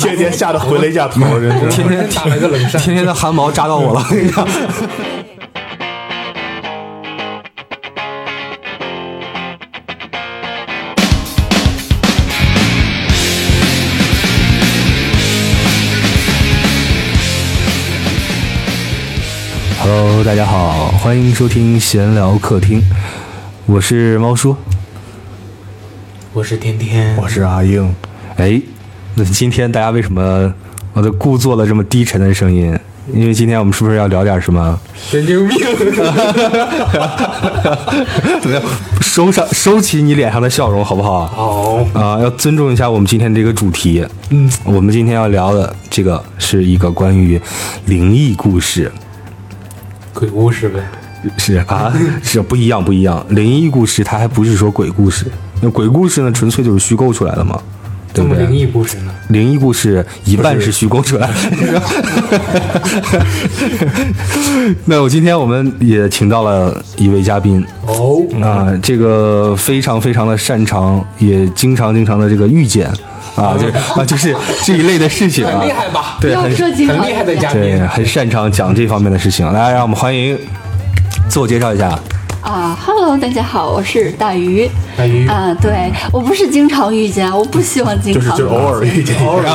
天天吓得回了一下头，真是天天打了一个冷战天天的汗毛扎到我了。我跟你讲，Hello，大家好，欢迎收听闲聊客厅，我是猫叔，我是天天，我是阿英，哎，那今天大家为什么我的故作了这么低沉的声音？因为今天我们是不是要聊点什么？神经病，收上收起你脸上的笑容，好不好？好，啊、要尊重一下我们今天这个主题。嗯，我们今天要聊的这个是一个关于灵异故事，鬼故事呗，是啊，是不一样不一样。灵异故事它还不是说鬼故事，那鬼故事呢，纯粹就是虚构出来的嘛，这对不么对？灵异故事呢？灵异故事一半是虚构出来。 那我今天我们也请到了一位嘉宾哦，啊、这个非常非常的擅长，也经常经常的这个遇见啊，就啊就是这一类的事情啊很厉害吧，对，要很设计很好厉害的嘉对宾，很擅长讲这方面的事情。来，让我们欢迎自我介绍一下。啊！Hello，大家好，我是大鱼。大鱼啊，对我不是经常遇见，我不希望经就常，是就是偶尔遇见，偶尔也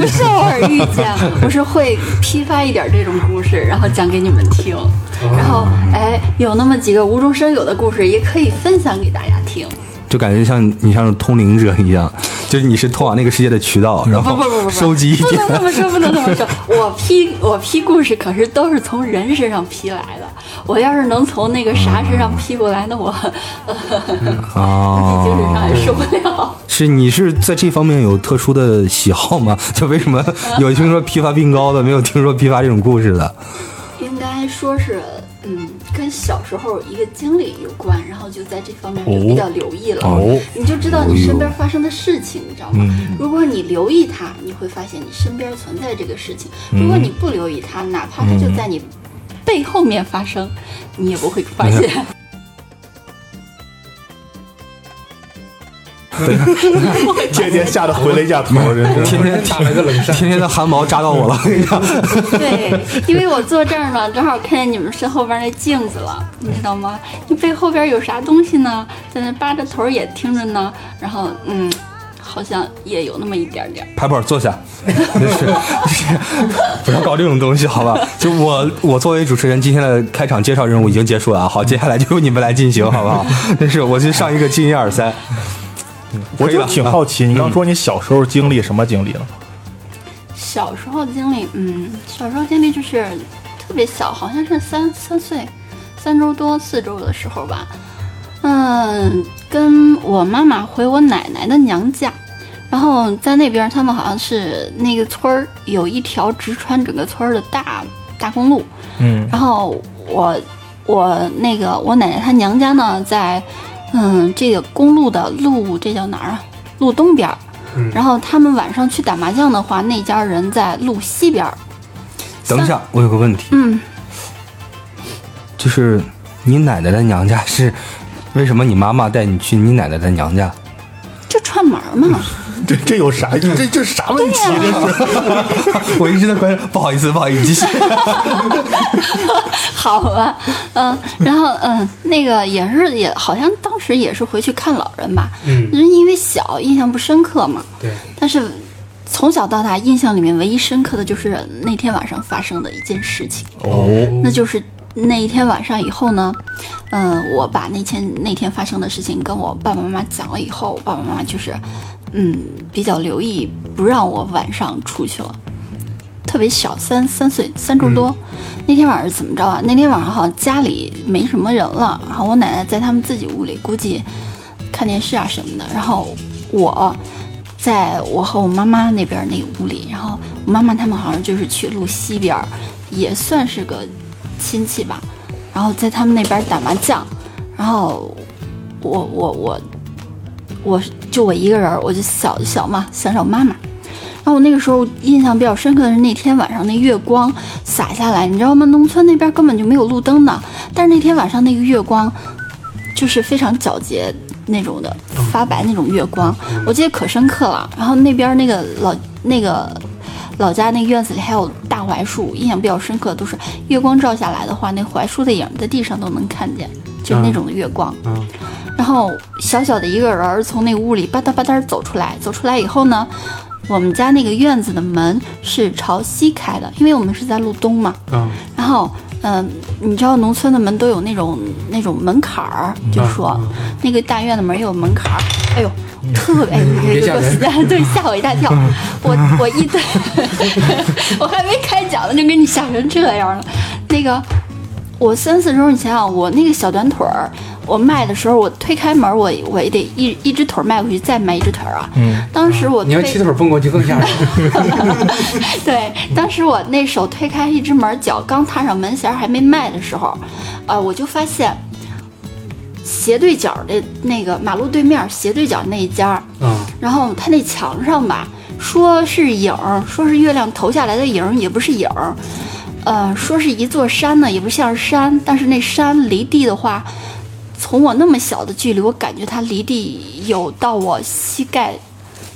不是偶尔遇见，我是会批发一点这种故事，然后讲给你们听。然后，哎，有那么几个无中生有的故事，也可以分享给大家听。就感觉像你像通灵者一样，就是你是通往那个世界的渠道，然不不不后不，收集一不点 能这么说，不能这么说。我批我批故事可是都是从人身上批来的，我要是能从那个啥身上批过来，那我 呃，啊。 精神上也受不了。是你是在这方面有特殊的喜好吗？ 就为什么有听说批发病高的，没有听说批发这种故事 的？应该说是，嗯，跟小时候一个经历有关，然后就在这方面就比较留意了。哦嗯你就知道你身边发生的事情，你知道吗？如果你留意它，你会发现你身边存在这个事情；嗯如果你不留意它，哪怕它就在你背后面发生，你也不会嗯发现。 天天吓得回了一下头，真是天天打了一个冷战， 天天的汗毛扎到我了，我 跟你讲，对，因为我坐这儿呢，正好看见你们身后边那镜子了，你知道吗？就背后边有啥东西呢，在那扒着头儿也听着呢，然后嗯，好像也有那么一点点儿。排宝坐下， 真是不要搞这种东西，好吧？就我我作为主持人，今天的开场介绍任务已经结束了啊，好，接下来就由你们来进行，好不好？ 真是我去上一个进一耳塞，我可以就了挺好奇，你刚说你小时候经历什么经历了？小时候经历，嗯，小时候经历就是特别小，好像是三三岁，三周多四周的时候吧。嗯，跟我妈妈回我奶奶的娘家，然后在那边他们好像是那个村儿有一条直穿整个村儿的大大公路，嗯，然后我我那个我奶奶她娘家呢，在嗯这个公路的路这叫哪儿啊？路东边儿。嗯然后他们晚上去打麻将的话，那家人在路西边儿。等一下，我有个问题，嗯，就是你奶奶的娘家是为什么你妈妈带你去你奶奶的娘家？就串门儿嘛。这这有啥？这这啥嗯问题？这 是我一直在关注，不好意思，不好意思，继续。 好吧，嗯，然后嗯，那个也是也好像当时也是回去看老人吧，嗯就是因为小印象不深刻嘛，对，但是从小到大印象里面唯一深刻的就是那天晚上发生的一件事情。哦那就是那一天晚上以后呢，嗯、我把那天那天发生的事情跟我爸爸妈妈讲了以后，我爸爸妈妈就是，嗯，比较留意，不让我晚上出去了。特别小，三三岁三周多。那天晚上怎么着啊？那天晚上好像家里没什么人了，然后我奶奶在他们自己屋里，估计看电视啊什么的。然后我在我和我妈妈那边那个屋里，然后我妈妈他们好像就是去路西边儿，也算是个亲戚吧。然后在他们那边打麻将，然后我我我我就我一个人儿，我就小小嘛，想找妈妈。然后我那个时候印象比较深刻的是那天晚上那月光洒下来，你知道吗？农村那边根本就没有路灯的，但是那天晚上那个月光就是非常皎洁那种的，发白那种月光，我记得可深刻了。然后那边那个老那个老家那院子里还有大槐树，印象比较深刻的都是月光照下来的话，那槐树的影儿在地上都能看见，就是那种的月光。嗯然后小小的一个人儿从那屋里吧嗒吧嗒走出来，走出来以后呢，我们家那个院子的门是朝西开的，因为我们是在路东嘛。嗯，然后，嗯、你知道农村的门都有那种那种门槛儿，就说嗯那个大院的门也有门槛儿。哎呦，特 别哎呦，别有吓个人死蛋，对，吓我一大跳。 我我一对，我还没开讲呢，就给你吓成这样了。那个，我三四周以前啊，我那个小短腿儿，我迈的时候，我推开门，我我也得一一只腿儿迈过去，再迈一只腿儿啊。嗯。当时我你要推七腿儿蹦过去更吓人。 对，当时我那手推开一只门，脚刚踏上门弦儿还没迈的时候，呃，我就发现斜对角的那个马路对面斜对角那一家儿，嗯，然后它那墙上吧，说是影儿，说是月亮投下来的影儿，也不是影儿，呃，说是一座山呢，也不像是山，但是那山离地的话，从我那么小的距离，我感觉它离地有到我膝盖，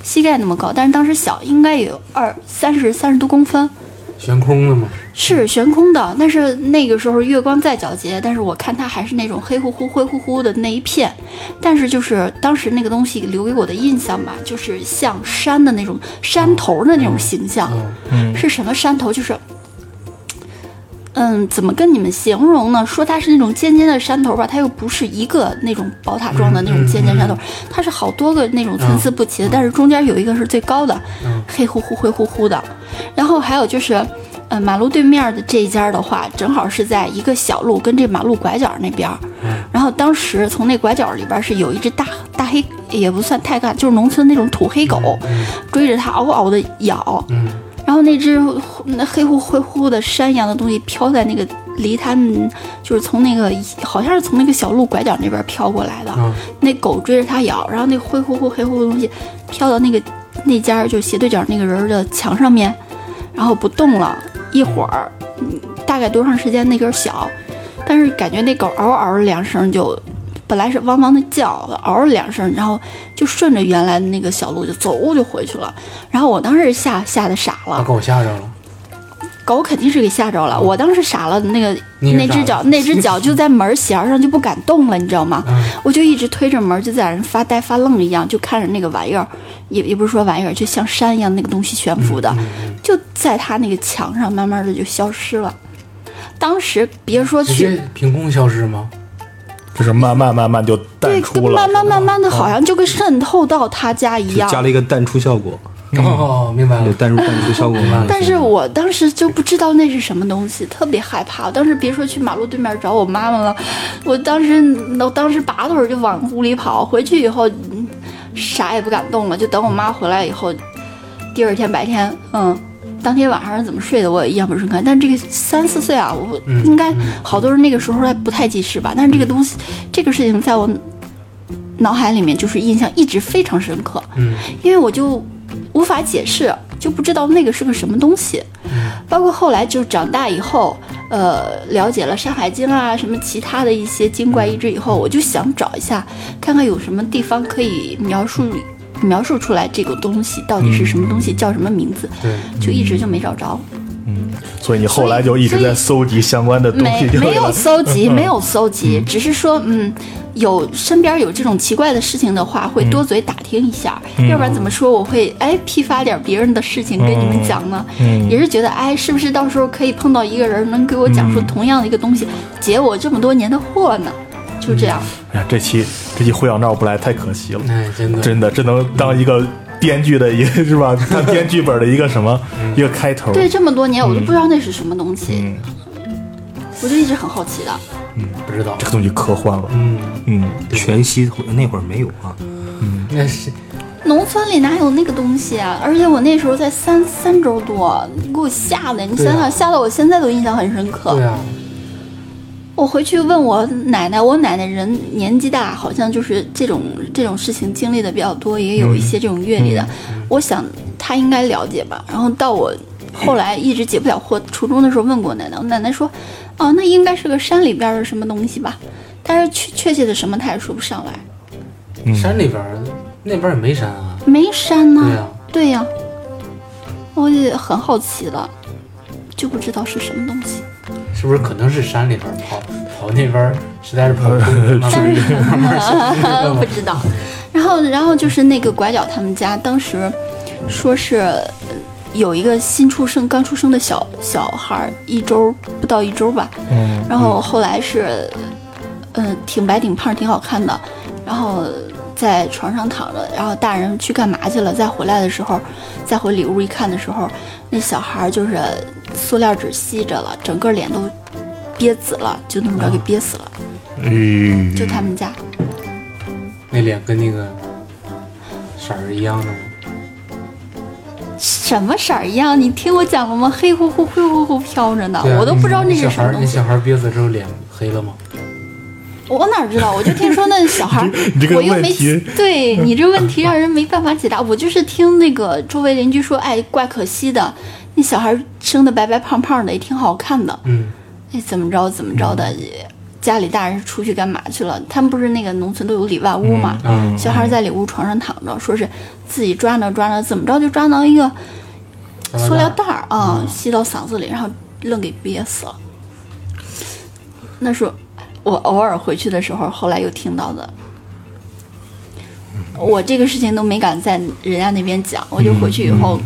膝盖那么高，但是当时小，应该有二三十三十多公分，悬空的嘛，是悬空的，但是那个时候月光在皎洁，但是我看它还是那种黑乎乎、灰乎乎的那一片，但是就是当时那个东西留给我的印象吧，就是像山的那种山头的那种形象，嗯是什么山头？就是，嗯，怎么跟你们形容呢？说它是那种尖尖的山头吧，它又不是一个那种宝塔状的那种尖尖山头，它是好多个那种参差不齐的，但是中间有一个是最高的，黑乎乎、灰乎乎的。然后还有就是，呃，马路对面的这一家的话，正好是在一个小路跟这马路拐角那边儿。然后当时从那拐角里边是有一只大大黑，也不算太大，就是农村那种土黑狗，嗯追着它嗷嗷的咬。然后那只那黑乎灰乎的山一样的东西飘在那个离他们就是从那个好像是从那个小路拐角那边飘过来的，嗯那狗追着它咬，然后那灰乎乎黑乎乎的东西飘到那个那家就斜对角那个人儿的墙上面，然后不动了一会儿，嗯，大概多长时间那根儿小，但是感觉那狗嗷嗷两声就。本来是汪汪的叫，嗷两声，然后就顺着原来的那个小路就走就回去了。然后我当时吓吓得傻了把，狗吓着了。狗肯定是给吓着了，我当时傻了，那个你也那只傻脚了那只 脚就在门弦儿上就不敢动了，你知道吗？嗯我就一直推着门，就在那发呆发愣一样，就看着那个玩意儿，也也不是说玩意儿，就像山一样那个东西悬嗯浮的，就在他那个墙上慢慢的就消失了。当时别说直去，接凭空消失吗？就是慢慢慢慢就淡对，出了慢。慢慢慢的，啊好像就跟渗透到他家一样。加了一个淡出效果，哦，明白对，了。淡入淡出效果嘛。但是我当时就不知道那是什么东西，特别害怕。我当时别说去马路对面找我妈妈了，我当时我当时拔腿儿就往屋里跑，回去以后嗯啥也不敢动了，就等我妈回来以后，第二天白天，嗯。当天晚上是怎么睡的，我也印象不是很深刻。但是这个三四岁啊，我嗯应该好多人那个时候还不太记事吧。但是这个东西，这个事情在我脑海里面就是印象一直非常深刻。嗯，因为我就无法解释，就不知道那个是个什么东西。包括后来就长大以后，呃，了解了《山海经》啊，什么其他的一些精怪遗址以后，我就想找一下，看看有什么地方可以描述描述出来这个东西到底是什么东西，叫什么名字，对，就一直就没找着。所以你后来就一直在搜集相关的东西没就没对有了。嗯搜集，没有搜集，只是说，嗯，有身边有这种奇怪的事情的话，嗯会多嘴打听一下，要不然怎么说我会哎批发点别人的事情跟你们讲呢？嗯也是觉得哎，是不是到时候可以碰到一个人能给我讲述同样的一个东西，嗯解我这么多年的惑呢？就这样，哎呀，这期这期会长照不来太可惜了，哎，真的，真的，这能当一个编剧的一个是吧？看编剧本的一个什么一个开头。对，这么多年我都不知道那是什么东西，嗯我就一直很好奇的。不知道这。个东西科幻了，嗯，嗯，全息那会儿没有啊，嗯那是农村里哪有那个东西啊？而且我那时候才三三周多，你给我吓的，你对啊想想，吓得我现在都印象很深刻。对啊，我回去问我奶奶，我奶奶人年纪大，好像就是这种这种事情经历的比较多，也有一些这种阅历的。嗯我想她应该了解吧。然后到我后来一直解不了惑，初中的时候问过奶奶，我奶奶说，哦，那应该是个山里嗯边的什么东西吧，但是确确切的什么她也说不上来。山里边儿那边也没山啊。没删呐、对啊呀对呀、我也很好奇了，就不知道是什么东西。是不是可能是山里边儿跑跑那边儿实在是跑不动，慢慢儿慢慢 儿不知道。然后，然后就是那个拐角他们家，当时说是呃有一个新出生、刚出生的小小孩儿，一周不到一周吧。嗯，然后后来是，嗯、挺白挺胖，挺好看的。然后在床上躺着，然后大人去干嘛去了？再回来的时候，再回里屋一看的时候，那小孩儿就是塑料纸吸着了，整个脸都憋紫了，就那么着给憋死了。嗯，就他们家。那脸跟那个色儿一样的吗？什么色儿一样？你听我讲过吗？黑乎乎、灰乎乎飘着呢，对啊我都不知道那是小什孩么儿，东那西。小孩儿憋死之后脸黑了吗？我哪知道？我就听说那小孩 儿你这，个我又问没题对你这问题让人没办法解答。我就是听那个周围邻居说，哎，怪可惜的，那小孩儿生的白白胖胖的，也挺好看的。嗯，哎，怎么着怎么着的，也家里大人出去干嘛去了？他们不是那个农村都有里外屋嘛？嗯小孩儿在里屋床上躺着，说是自己抓着抓着，怎么着就抓到一个塑料袋儿啊，吸到嗓子里，然后愣给憋死了。那是我偶尔回去的时候，后来又听到的。我这个事情都没敢在人家那边讲，我就回去以后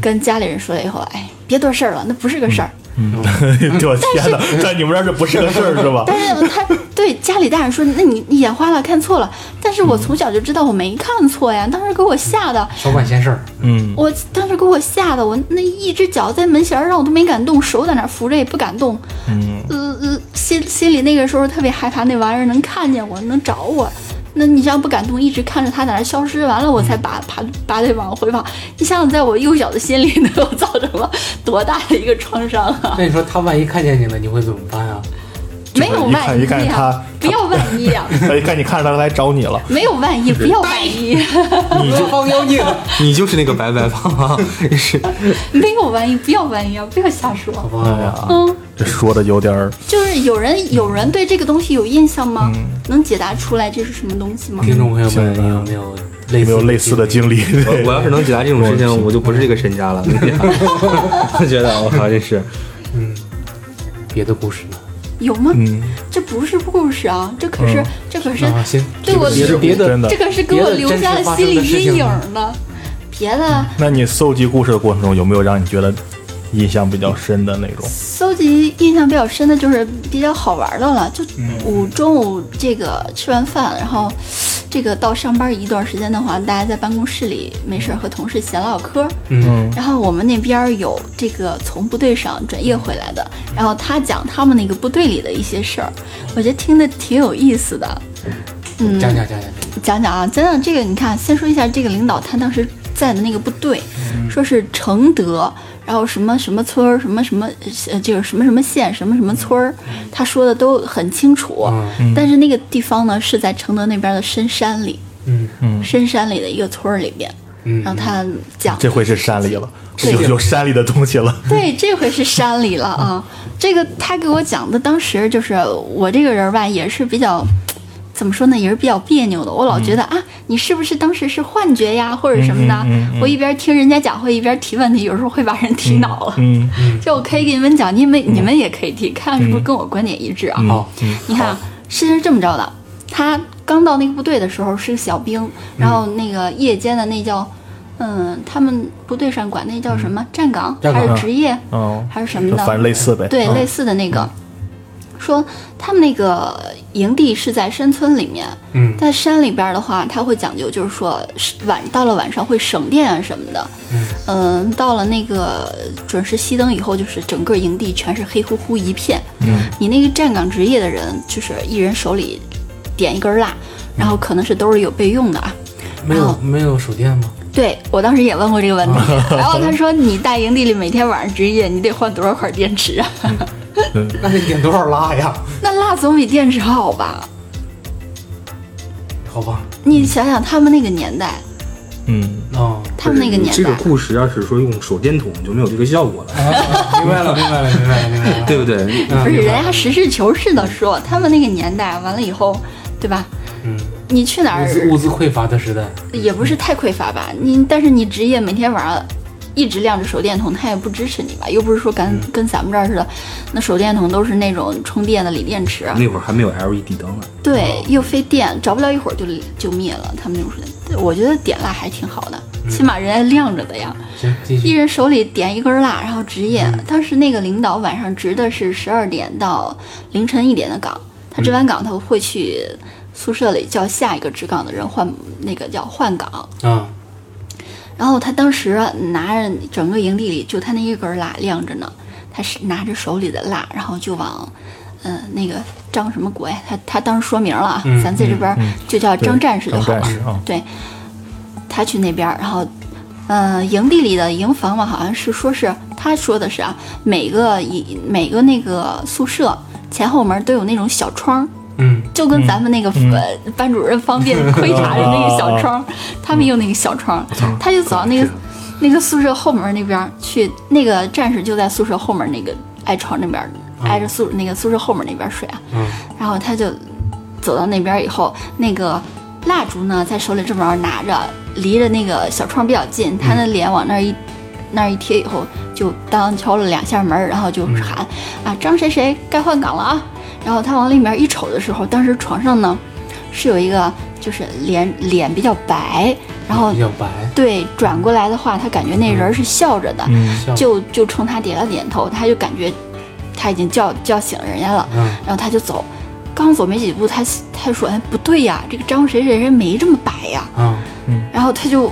跟家里人说了以后，哎，别多事儿了，那不是个事儿。 我天哪，在你们这儿这不是个事儿是 吧？但是他对家里大人说：“那你你眼花了，看错了。”但是我从小就知道我没看错呀，当时给我吓的，少管闲事儿。嗯，我当时给我吓得，我那一只脚在门弦儿上，我都没敢动，手在那儿扶着也不敢动。嗯，呃呃，心心里那个时候特别害怕，那玩意儿能看见我，能找我。那你这样不敢动，一直看着它在那儿消失，完了我嗯才拔拔拔腿往回跑。你想想，在 我幼小的心里，能够造成了多大的一个创伤啊！那你说他万一看见你了，你会怎么办啊？没有一看万一看一啊他，不要万一啊！哎，看你看着他来找你了，没有万一，不要万一， 你就放妖孽了，你就是那个白白胖胖， 是没有万一，不要万一啊！不要瞎说。好不好？嗯，哎这说的有点儿，就是有人有人对这个东西有印象吗？能解答出来这是什么东西吗？嗯听众朋友们，你有没有类似有没有类似的经历？ 经历？我对我要是能解答这种事情，我就不是这个身家了。我觉得我靠，真是别的故事呢？有吗？嗯，这不是故事啊，这可是、这可是、啊，行，对我别的别真的，的这可是给我留下了心理阴影呢。别嗯的 那你搜集故事的过程中，有没有让你觉得印象比较深的那种？搜集印象比较深的就是比较好玩的了，就午中午这个吃完饭，然后这个到上班一段时间的话，大家在办公室里没事儿和同事闲唠嗑儿，嗯，然后我们那边儿有这个从部队上转业回来的，然后他讲他们那个部队里的一些事儿，我觉得听的挺有意思的。嗯，讲讲讲讲，讲讲啊，讲讲这个，你看，先说一下这个领导他当时在的那个部队，嗯说是承德，然后什么什么村儿，什么什么呃，这个什么什么县，什么什么村儿，嗯他说的都很清楚。嗯但是那个地方呢，是在承德那边的深山里，嗯深山里的一个村儿里边。嗯然后他讲这回是山里了，对有有山里的东西了。 对，这回是山里了啊！这个他给我讲的，当时就是我这个人吧，也是比较。怎么说呢，也是比较别扭的。我老觉得、啊，你是不是当时是幻觉呀，或者什么的？嗯嗯嗯嗯嗯我一边听人家讲，会一边提问题，有时候会把人提恼了。嗯，这我可以给你们讲，你们你们也可以提，看是不是跟我观点一致啊？嗯好，你看，啊，事情是这么着的，他刚到那个部队的时候是个小嗯兵，然后那个夜间的那叫，嗯，他们部队上管那叫什嗯么站岗站岗还是职业哦，还是什么就的，反正类似呗。对、嗯类似的那个，说他们那个营地是在山村里面，嗯在山里边儿的话，他会讲究，就是说是晚到了晚上会省电啊什么的。嗯到了那个准时熄灯以后，就是整个营地全是黑乎乎一片。嗯，你那个站岗职业的人，就是一人手里点一根蜡，嗯然后可能是兜里有备用的啊。没有没有手电吗？对我当时也问过这个问题，然后他说你在营地里每天晚上值夜，你得换多少块电池啊？那得点多少拉呀？那蜡总比电池好吧？好吧，你想想他们那个年代，嗯，哦，他们那个年代，哎这个故事要是说用手电筒就没有这个效果了，明白了，明白了，明白了，明白了。对不对？嗯，不是明白人了家实事求是的说，他们那个年代完了以后，对吧？嗯，你去哪物儿资物资匮乏的时代，也不是太匮乏吧？你但是你职业每天晚上一直亮着手电筒，他也不支持你吧？又不是说跟、嗯跟咱们这儿似的，那手电筒都是那种充电的锂电池，那会儿还没有 LED 灯呢。对，又费电，着不了一会儿就就灭了。他们那种手电，对我觉得点蜡还挺好的，嗯起码人家亮着的呀。行，继一续。人手里点一根蜡，然后值夜。当时那个领导晚上值的是十二点到凌晨一点的岗，他值完岗他会去宿舍里叫下一个值岗的人换那个叫换岗。啊，然后他当时拿着整个营地里就他那一根蜡亮着呢，他是拿着手里的蜡，然后就往，呃，那个张什么国呀？他他当时说明了啊，嗯咱在这边就叫对张战士就当好战了。士啊，对，他去那边儿，然后，呃，营地里的营房嘛，好像是说是他说的是啊，每个一每个那个宿舍前后门都有那种小窗儿，嗯，就跟咱们那个、嗯呃班主任方便窥察的那个小 哦窗儿，他们用那个小窗儿，他就走到那个那个宿舍后门那边儿去，那个战士就在宿舍后门那个挨床那边儿，挨着宿那个宿舍后门那边儿睡啊，嗯然后他就走到那边儿以后，那个蜡烛呢在手里这么拿着，离着那个小窗比较近，他的脸往那儿一。那儿一贴以后，就当敲了两下门儿，然后就喊、啊张谁谁该换岗了啊！然后他往里面一瞅的时候，当时床上呢是有一个就是脸脸比较白，然后比较白，对转过来的话，他感觉那人儿是笑着的，嗯，像就就冲他点了点头，他就感觉他已经叫叫醒人家了，嗯然后他就走。刚走没几步，他他说：“哎，不对呀，这个张谁谁谁没这么白呀。啊”然后他就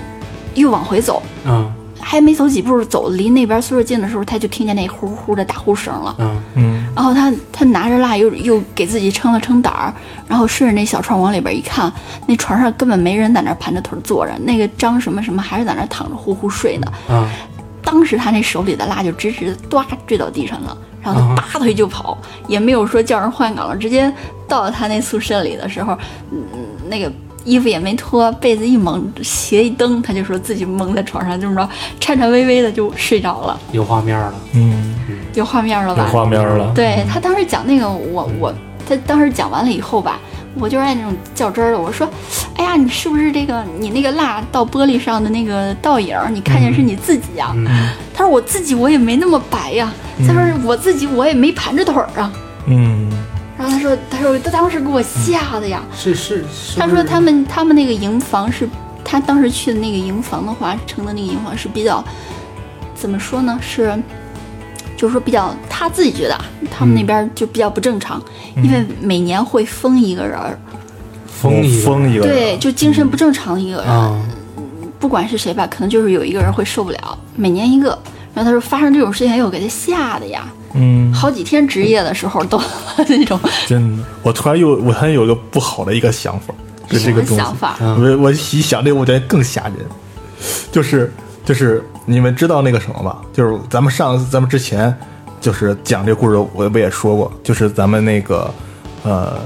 又往回走，啊还没走几步，走离那边宿舍近的时候，他就听见那呼呼的打呼声了。啊嗯，然后他他拿着蜡又又给自己撑了撑胆儿，然后顺着那小窗往里边一看，那床上根本没人在那儿盘着腿儿坐着，那个张什么什么还是在那儿躺着呼呼睡呢。啊！当时他那手里的蜡就直直的唰坠到地上了，然后啊他拔腿就跑，也没有说叫人换岗了，直接到了他那宿舍里的时候，嗯，那个衣服也没脱，被子一蒙，鞋一蹬，他就说自己蒙在床上，这么着颤颤巍巍的就睡着了，有画面了，嗯，有画面了有吧？画面了，对他当时讲那个，我我他当时讲完了以后吧，我就爱那种较真儿的。我说，哎呀，你是不是这个你那个蜡到玻璃上的那个倒影儿，你看见是你自己啊呀、嗯他说我自己我也没那么白呀、他说我自己我也没盘着腿儿啊。嗯，然后他说他说他当时给我吓的呀。是是嗯是。他说他们他们那个营房是他当时去的那个营房的话，成的那个营房是比较怎么说呢？是就是说比较他自己觉得啊，他们那边就比较不正常，因为每年会封一个人儿，封一个封一个，对，，就精神不正常的一个人，啊，不管是谁吧，可能就是有一个人会受不了，每年一个。然后他说发生这种事情，哎呦，给他吓的呀，嗯，好几天值夜的时候都 那种真的，我突然又我突然有一个不好的一个想法，就什这么个东西，想法？嗯我我一想这个，我觉得更吓人，就是就是你们知道那个什么吧？就是咱们上咱们之前就是讲这故事，我不也说过，就是咱们那个呃，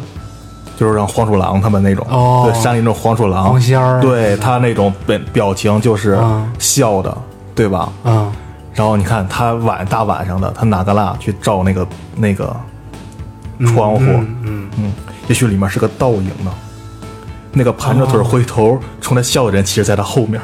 就是让黄鼠狼他们那种，哦对，山里那种黄鼠狼，黄仙儿对他那种表表情就是啊笑的，对吧？啊然后你看他晚大晚上的，他拿个蜡去照那个那个窗户，嗯嗯，也许里面是个倒影呢。那个盘着腿回头哦冲他笑的人，其实在他后面。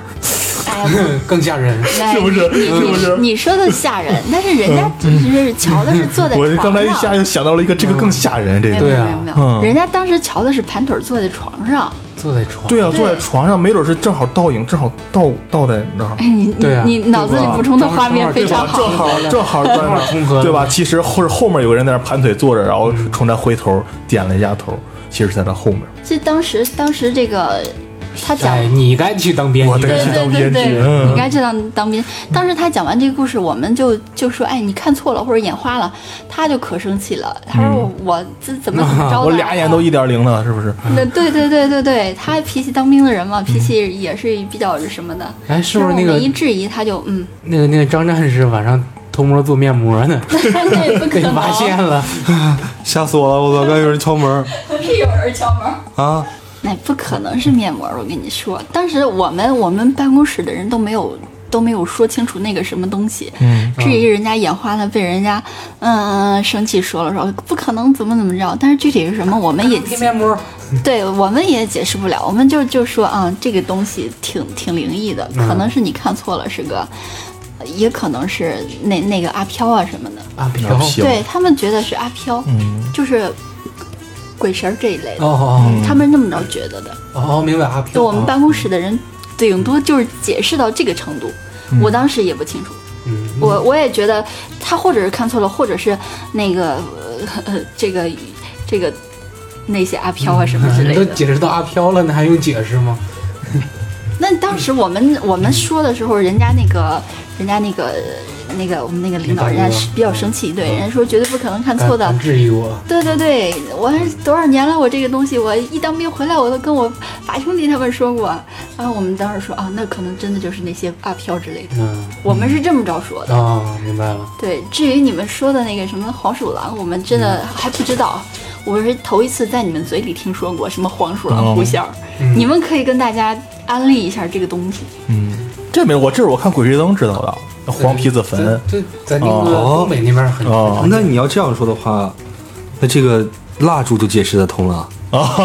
哎呀，嗯， 更吓人。哎 是不是你是不你是嗯你说的吓人，但是人家只是瞧的是坐在 我床上。刚才一下就想到了一个，这个更吓人，这没有个没对有啊没有没有，嗯人家当时瞧的是盘腿坐在床上。坐在床，对啊，坐在床上，没准是正好倒影，正好倒倒在那儿哎，，你你对啊你脑子里补充的画面非常正好。正好正好在那正好重合儿，对吧？其实或者后面有个人在那儿盘腿坐着，然后冲他回头点了一下头，其实在他后面。这当时当时这个他讲。哎，你该去当编我剧得对哎去了。当对编对剧对，嗯你应该去当当兵。当时他讲完这个故事，我们就就说：“哎，你看错了或者眼花了。”他就可生气了，他说我：“嗯我这怎么怎 么着的？”我俩眼都一点零了，是不是？那嗯对对对对对，他脾气当兵的人嘛，脾气也是比较什么的。哎，嗯是不是那然个后我们一质疑他就嗯，那个那个张战士晚上偷摸做面膜呢？那 也不可被能，发现了。吓死我了！我操，刚有人敲门 儿是有人敲门。啊！ 那不可能是面膜，我跟你说，当时我们我们办公室的人都没有都没有说清楚那个什么东西，嗯，至于人家眼花了，被人家嗯、生气说了说不可能怎么怎么着，但是具体是什么我们也贴面膜，对，我们也解释不了，我们就就说啊、这个东西挺挺灵异的，可能是你看错了，是个，也可能是那那个阿飘啊什么的，阿阿飘，飘对他们觉得是阿飘，嗯就是鬼神儿这一类的，哦哦他们是那么着觉得的。哦哦，明白阿飘。就我们啊办公室的人，顶多就是解释到这个程度，我当时也不清楚。嗯，我我也觉得他或者是看错了，或者是那个呃这个这个那些阿飘啊什么之你类都的。解释到阿飘嗯了，那还用解释吗？那当时我们我们说的时候，人家那个人家那个那个我们那个领导，人领导家说嗯是比较生气，对，人家说绝对不可能看错的敢。质疑我，对对对，我多少年了，我这个东西，我一当兵回来，我都跟我把兄弟他们说过。然后我们当时说啊，那可能真的就是那些阿飘之类的。嗯，我们是这么着说的。哦，明白了，对，至于你们说的那个什么黄鼠狼，我们真的嗯还不知道，我是头一次在你们嘴里听说过什么黄鼠狼哦狐仙儿。嗯你们可以跟大家安利一下这个东西。这没有我这是我看《鬼吹灯》知道的，黄皮子坟，这这咱那个哦东北那边很哦那你要这样说的话，那这个蜡烛就解释得通了， 想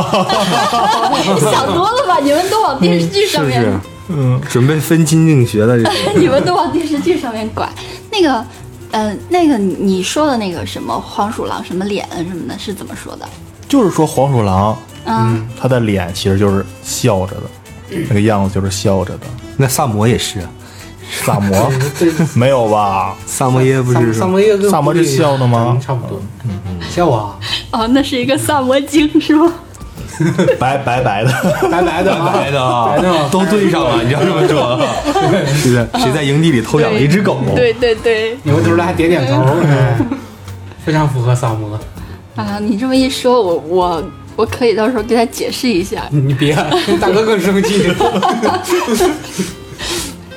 多了吧？你们都往电视剧是上不面，是？嗯，准备分金定学的这种。 你们都往电视剧上面拐。那个，嗯、那个你你说的那个什么黄鼠狼什么脸什么的，是怎么说的？就是说黄鼠狼，嗯，它的脸其实就是笑着的，那个样子就是笑着的。那萨摩也是，萨摩这没有吧？萨摩耶不萨是萨摩耶跟萨摩狐狸是笑的吗嗯差不多，笑啊，哦，那是一个萨摩精是吗？白白白 的，白白的啊，白的啊白的啊，都对上了，你要这么说，是的，谁在营地里偷养了一只狗？ 对对对。扭头了还点点头，嗯哎非常符合萨摩。啊，你这么一说，我我我可以到时候给他解释一下，你别，大哥更生气了。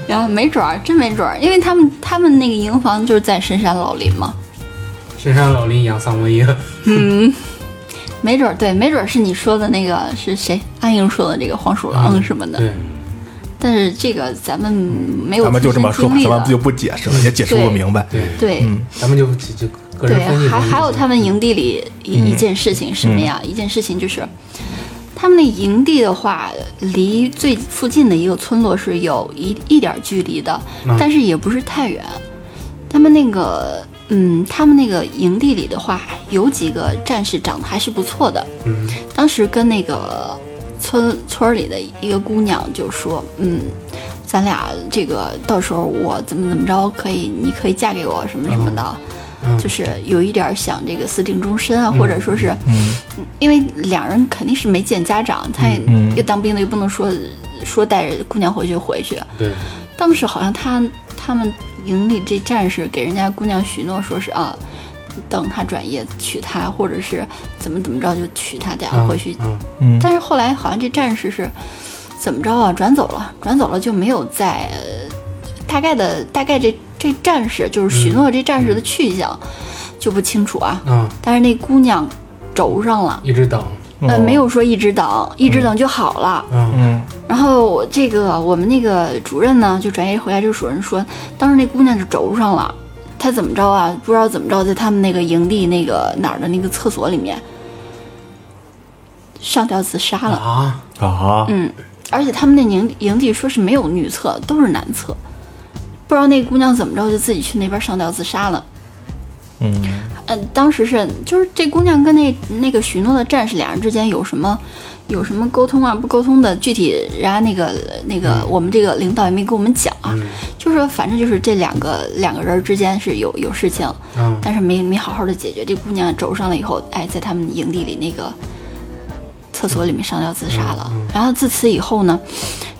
然后没准儿，真没准儿，因为他们他们那个营房就是在深山老林嘛，深山老林养萨摩耶，没准儿对，没准儿是你说的那个是谁阿英说的这个黄鼠嗯狼嗯什么的，对，但是这个咱们没有咱们就这么说吧亲，身咱经们嗯历就的，不解释了，也解释不明白。对对。咱们就就就个对啊人分，析。还还有他们营地里一、嗯一件事情是什么呀？一件事情就是，他们那营地的话，离最附近的一个村落是有一一点儿距离的，嗯但是也不是太远。他们那个，嗯，他们那个营地里的话，有几个战士长得还是不错的。嗯当时跟那个村村儿里的一个姑娘就说，嗯，咱俩这个到时候我怎么怎么着可以，你可以嫁给我什么什么的，嗯就是有一点儿想这个私定终身啊，或者说是，嗯因为两人肯定是没见家长，他也、嗯嗯又当兵的又不能说说带着姑娘回去回去，对，当时好像他他们营里这战士给人家姑娘许诺说是啊，等她转业娶她，或者是怎么怎么着就娶她，带她嗯回去。嗯嗯，但是后来好像这战士是怎么着啊，转走了，转走了就没有再呃大概的大概这这战士就是许诺这战士的去向、嗯就不清楚啊。嗯，但是那姑娘轴上了，一直等，呃，哦没，有说一直等，一直等就好了。嗯嗯然后我这个我们那个主任呢，就转业回来，这个主任说，当时那姑娘就轴上了，她怎么着啊？不知道怎么着，在他们那个营地那个哪儿的那个厕所里面上吊自杀了。啊，啊，嗯，而且他们那营营地说是没有女厕，都是男厕，不知道那姑娘怎么着就自己去那边上吊自杀了。嗯嗯、当时是就是这姑娘跟那那个许诺的战士俩人之间有什么有什么沟通啊不沟通的，具体人家那个那个我们这个领导也没跟我们讲啊，嗯就是说反正就是这两个两个人之间是有有事情，嗯但是没没好好的解决。这姑娘轴上了以后，哎，在他们营地里那个厕所里面上吊自杀了。然后自此以后呢，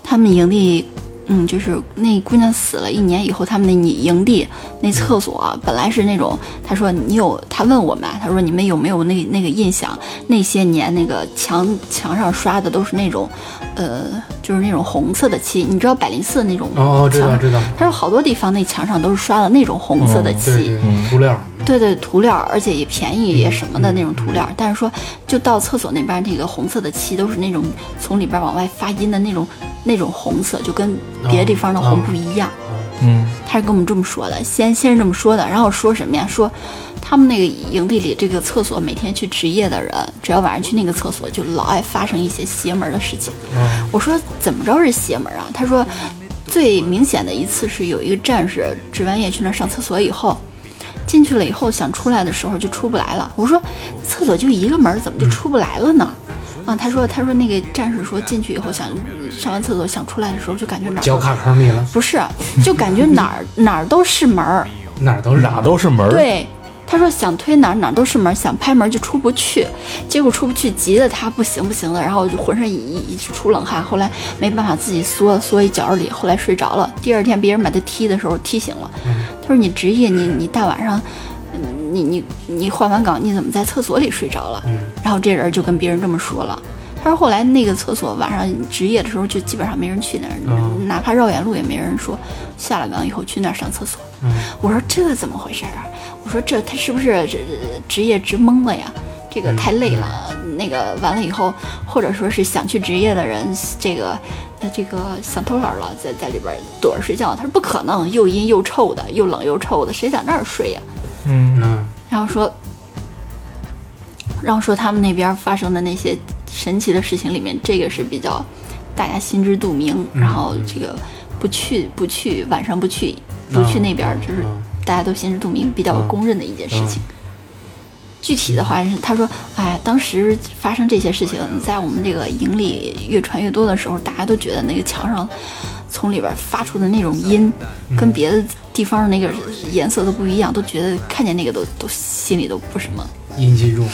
他们营地，嗯，就是那姑娘死了一年以后，他们那你营地那厕所啊、本来是那种，他说你有，他问我们啊，他说你们有没有那那个印象？那些年那个墙墙上刷的都是那种，呃，就是那种红色的漆，你知道百灵寺那种哦哦，知道墙知道，他说好多地方那墙上都是刷的那种红色的漆。对嗯对，涂料，对对，涂料，而且也便宜，也什么的那种涂料。但是说，就到厕所那边，那个红色的漆都是那种从里边往外发音的那种那种红色，就跟别的地方的红不一样。哦嗯他是跟我们这么说的，先先是这么说的，然后说什么呀？说他们那个营地里这个厕所每天去值夜的人，只要晚上去那个厕所，就老爱发生一些邪门的事情。啊我说怎么着是邪门啊？他说最明显的一次是有一个战士值完夜去那儿上厕所以后。进去了以后想出来的时候就出不来了。我说厕所就一个门儿，怎么就出不来了呢？啊，他说他说那个战士说进去以后想上完厕所想出来的时候就感觉哪儿 脚卡坑里了，不是，就感觉哪儿哪儿都是门儿。哪儿都是哪都是门儿，对，他说想推哪儿哪儿都是门儿，想拍门儿就出不去，结果出不去，急得他不行不行的，然后就浑身一一一出冷汗。后来没办法，自己缩缩一角里，后来睡着了。第二天别人把他踢的时候踢醒了，嗯他说你职业你你大晚上。嗯你你你换完岗，你怎么在厕所里睡着了？然后这人就跟别人这么说了。他说后来那个厕所晚上值夜的时候，就基本上没人去那儿，嗯哪怕绕远路也没人说下了岗以后去那儿上厕所。嗯我说这怎么回事儿啊？我说这他是不是这职业值懵了呀？这个太累了，那个完了以后，或者说是想去职业的人，这个呃这个想偷懒了，在在里边躲着睡觉。他说不可能，又阴又臭的，又冷又臭的，谁在那儿睡呀？嗯嗯然后说，然后说他们那边发生的那些神奇的事情里面，这个是比较大家心知肚明，然后这个不去不去晚上不去不去那边，就是嗯大家都心知肚明，比较公认的一件事情。具体的话是，他说，哎，当时发生这些事情，在我们这个营里越传越多的时候，大家都觉得那个墙上从里边发出的那种音，跟别的地方的那个颜色都不一样，都觉得看见那个都都心里都不什么。阴气重，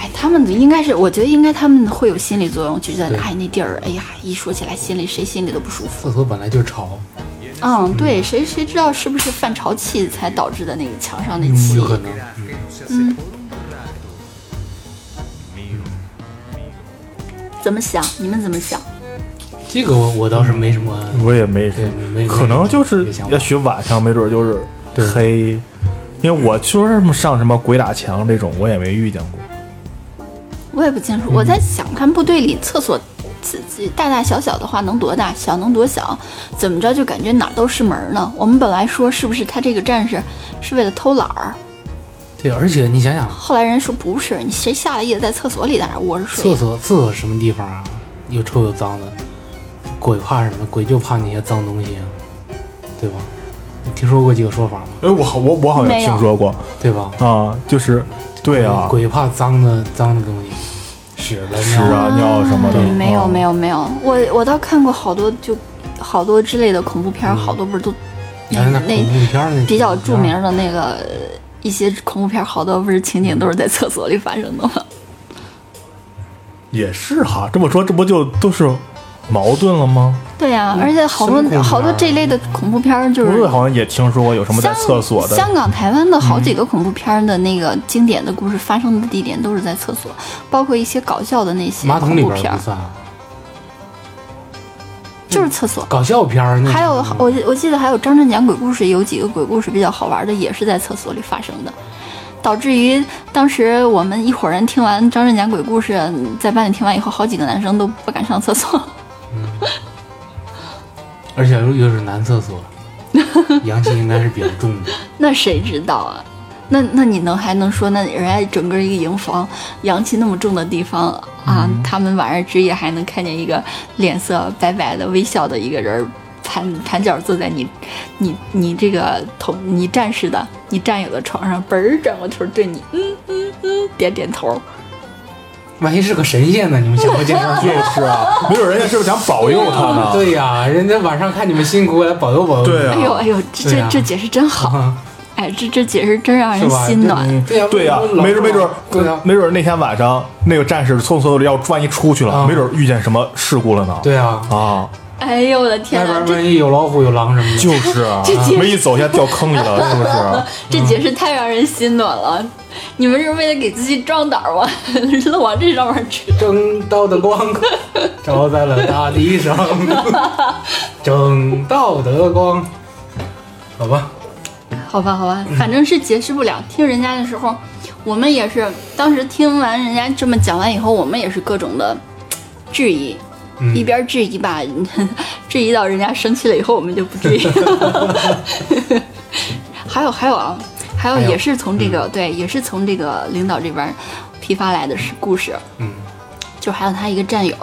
哎，他们应该是，我觉得应该他们会有心理作用，就觉得对哎那地儿，哎呀，一说起来心里谁心里都不舒服。厕所本来就潮，嗯，对，谁谁知道是不是犯潮气才导致的那个墙上那嗯气有？可能，嗯嗯，怎么想？你们怎么想？这个我我倒是没什么，我也没对，没可能就是没想法也许晚上没准就是对黑，因为我说什么上什么鬼打墙这种我也没遇见过。我也不清嗯楚，我在想，看部队里厕所，自己大大小小的话能多大，小能多小，怎么着就感觉哪儿都是门儿呢？我们本来说是不是他这个战士是为了偷懒儿，对，而且你想想，后来人说不是，你谁下了夜在厕所里在那儿窝着睡厕呀？所厕所什么地方啊？又臭又脏的，鬼怕什么？鬼就怕那些脏东西啊，对吧？你听说过几个说法吗？哎，我好我我好像没有听说过对吧？啊，就是对啊，鬼怕脏的脏的东西，屎了屎尿啊尿什么的，啊没哦有没有，有没有，我我倒看过好多就好多之类的恐怖片儿，好多不是都那嗯哎那恐那怖片儿那比较著名的那个一些恐怖片儿，好多不是情景都是在厕所里发生的吗？也是哈。这么说，这不就都是矛盾了吗？对呀、而且好什么恐怖片多儿好多这类的恐怖片儿就不是是好像也听说过有什么在香厕所的，香港、台湾的好几个恐怖片儿的那个经典的故事发生的地点都是在厕所，包括一些搞笑的那些马桶恐里怖边片儿儿不，算啊，就是厕所。搞笑片儿那还有我记我记得还有张震讲鬼故事，有几个鬼故事比较好玩的，也是在厕所里发生的。导致于当时我们一伙人听完张震讲鬼故事，在班里听完以后，好几个男生都不敢上厕所。而且又又是男厕所，阳气应该是比较重的。那谁知道啊？那那你能还能说，那人家整个一个营房阳气那么重的地方啊，嗯他们晚上值夜还能看见一个脸色白白的微笑的一个人儿盘盘脚坐在你你你这个同你战士的你战友的床上，嘣儿转过头对你嗯嗯嗯点点哦头，万一是个神仙呢？你们想过这事 儿吗？是啊，没准人家是不是想保佑他呢？对啊呀、人家晚上看你们辛苦，来保佑保佑。对啊哎呦哎呦，这对这啊这解释真好，啊，哎，这这解释真哎让人是吧心暖。对呀、对呀、啊我没准嗯没准，对啊呀、没准那天晚上那个战士从厕所里要万一出去了，啊没准遇见什么事故了呢。对呀、啊，哎呦我的外天哪，边这万一有老虎有狼什么的，就是啊这解，释没一走下掉坑里 了，是不啊是？这解释太让人心暖了。你们是为了给自己壮胆儿吗？ 愣往这上面去。正道的光 照在了大地上，正道的光，好吧，好吧，好吧，反正是解释不了。听人家的时候，我们也是，当时听完人家这么讲完以后，我们也是各种的质疑。嗯一边质疑吧， 质疑到人家生气了以后，我们就不质疑。 还有还有啊，还有还有嗯也是从这个、对，也是从这个领导这边批发来的是故事。嗯，就还有他一个战友，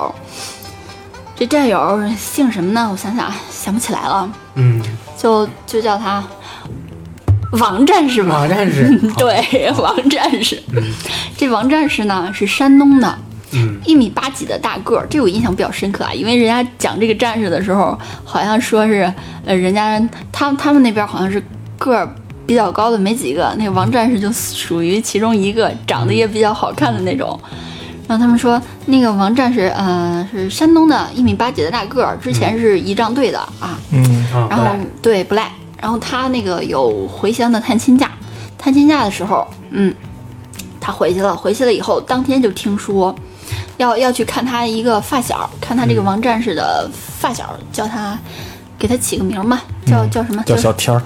这战友姓什么呢？我想想，想不起来了，嗯，就就叫他王战士吧。，王战士 对，王战士。这王战士呢是山东的，嗯一米八几的大个儿，这我印象比较深刻啊，因为人家讲这个战士的时候，好像说是呃，人家他他们那边好像是个儿比较高的没几个，那个王战士就属于其中一个，长得也比较好看的那种。然后他们说，那个王战士，呃，是山东的，一米八几的大个儿，之嗯前是仪仗队的啊，嗯，啊，然后对不赖，然后他那个有回乡的探亲假，探亲假的时候，嗯，他回去了，回去了以后，当天就听说要要去看他一个发小，看他这个王战士的发小，叫他给他起个名儿嘛，叫、叫什么？叫小天儿，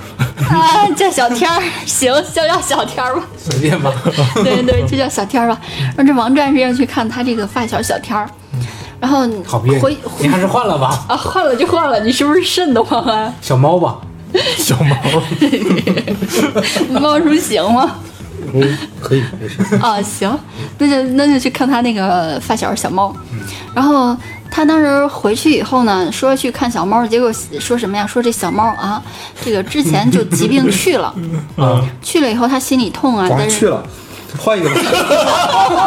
啊， 叫小天儿，行，就叫小天儿吧。随便吧，对对，就叫小天儿吧。然后这王战士要去看他这个发小小天儿，然后好别回扭，你还是换了吧，啊换了就换了，你是不是瘆得慌啊？小猫吧，小猫， 冒出行吗？嗯，可以，没事，啊，行，那就那就去看他那个发小小猫。嗯然后他当时回去以后呢，说去看小猫，结果说什么呀？说这小猫啊，这个之前就疾病去了， 啊，去了以后他心里痛啊，我还但去是了，换一个吧。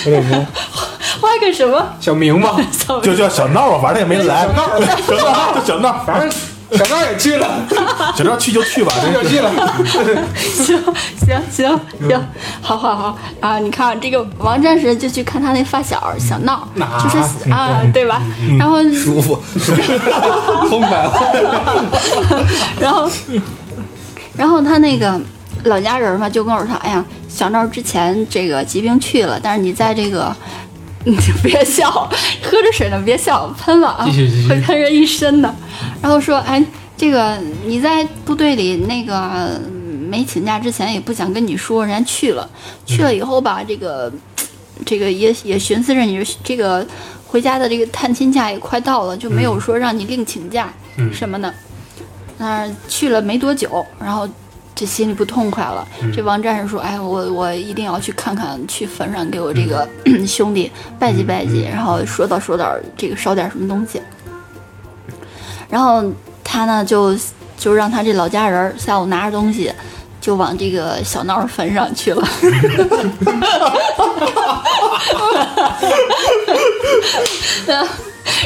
换个什么？ 小明 吧，小就叫小闹啊，反正也没来， 小闹就小闹，反正小刚也去了，小闹去就去吧，也去了，行行行嗯行， 好好好啊！你看这个王战士就去看他那发小小闹，就说嗯啊，对吧？然后舒服，空白了。 然后，然后他那个老家人嘛，就跟我说：“哎呀，小闹之前这个疾病去了，但是你在这个，你别笑，喝着水呢，别笑，喷了啊继续继，续会喷人一身的。”然后说：“哎，这个你在部队里那个没请假之前也不想跟你说，人家去了，去了以后吧，这个这个也也寻思着你这个回家的这个探亲假也快到了，就没有说让你另请假嗯什么的。那儿去了没多久，然后这心里不痛快了。这王战士说：“哎，我我一定要去看看，去坟上给我这个、 兄弟拜祭拜祭，然后说道说道，这个烧点什么东西。”然后他呢就就让他这老家人儿下午拿着东西。就往这个小闹儿坟上去了，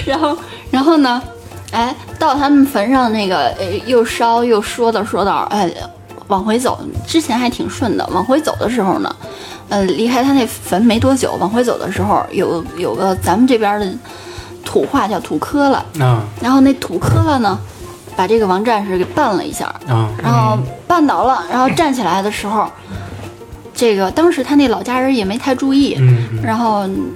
然后，然后呢，哎，到他们坟上那个，呃，又烧又说道说道，哎，往回走，之前还挺顺的，往回走的时候呢，呃，离开他那坟没多久，往回走的时候，有有个咱们这边的土话叫土磕了，啊然后那土磕了呢，把这个王战士给绊了一下，啊，然后绊倒了，然后站起来的时候，这个当时他那老家人也没太注意，嗯然后嗯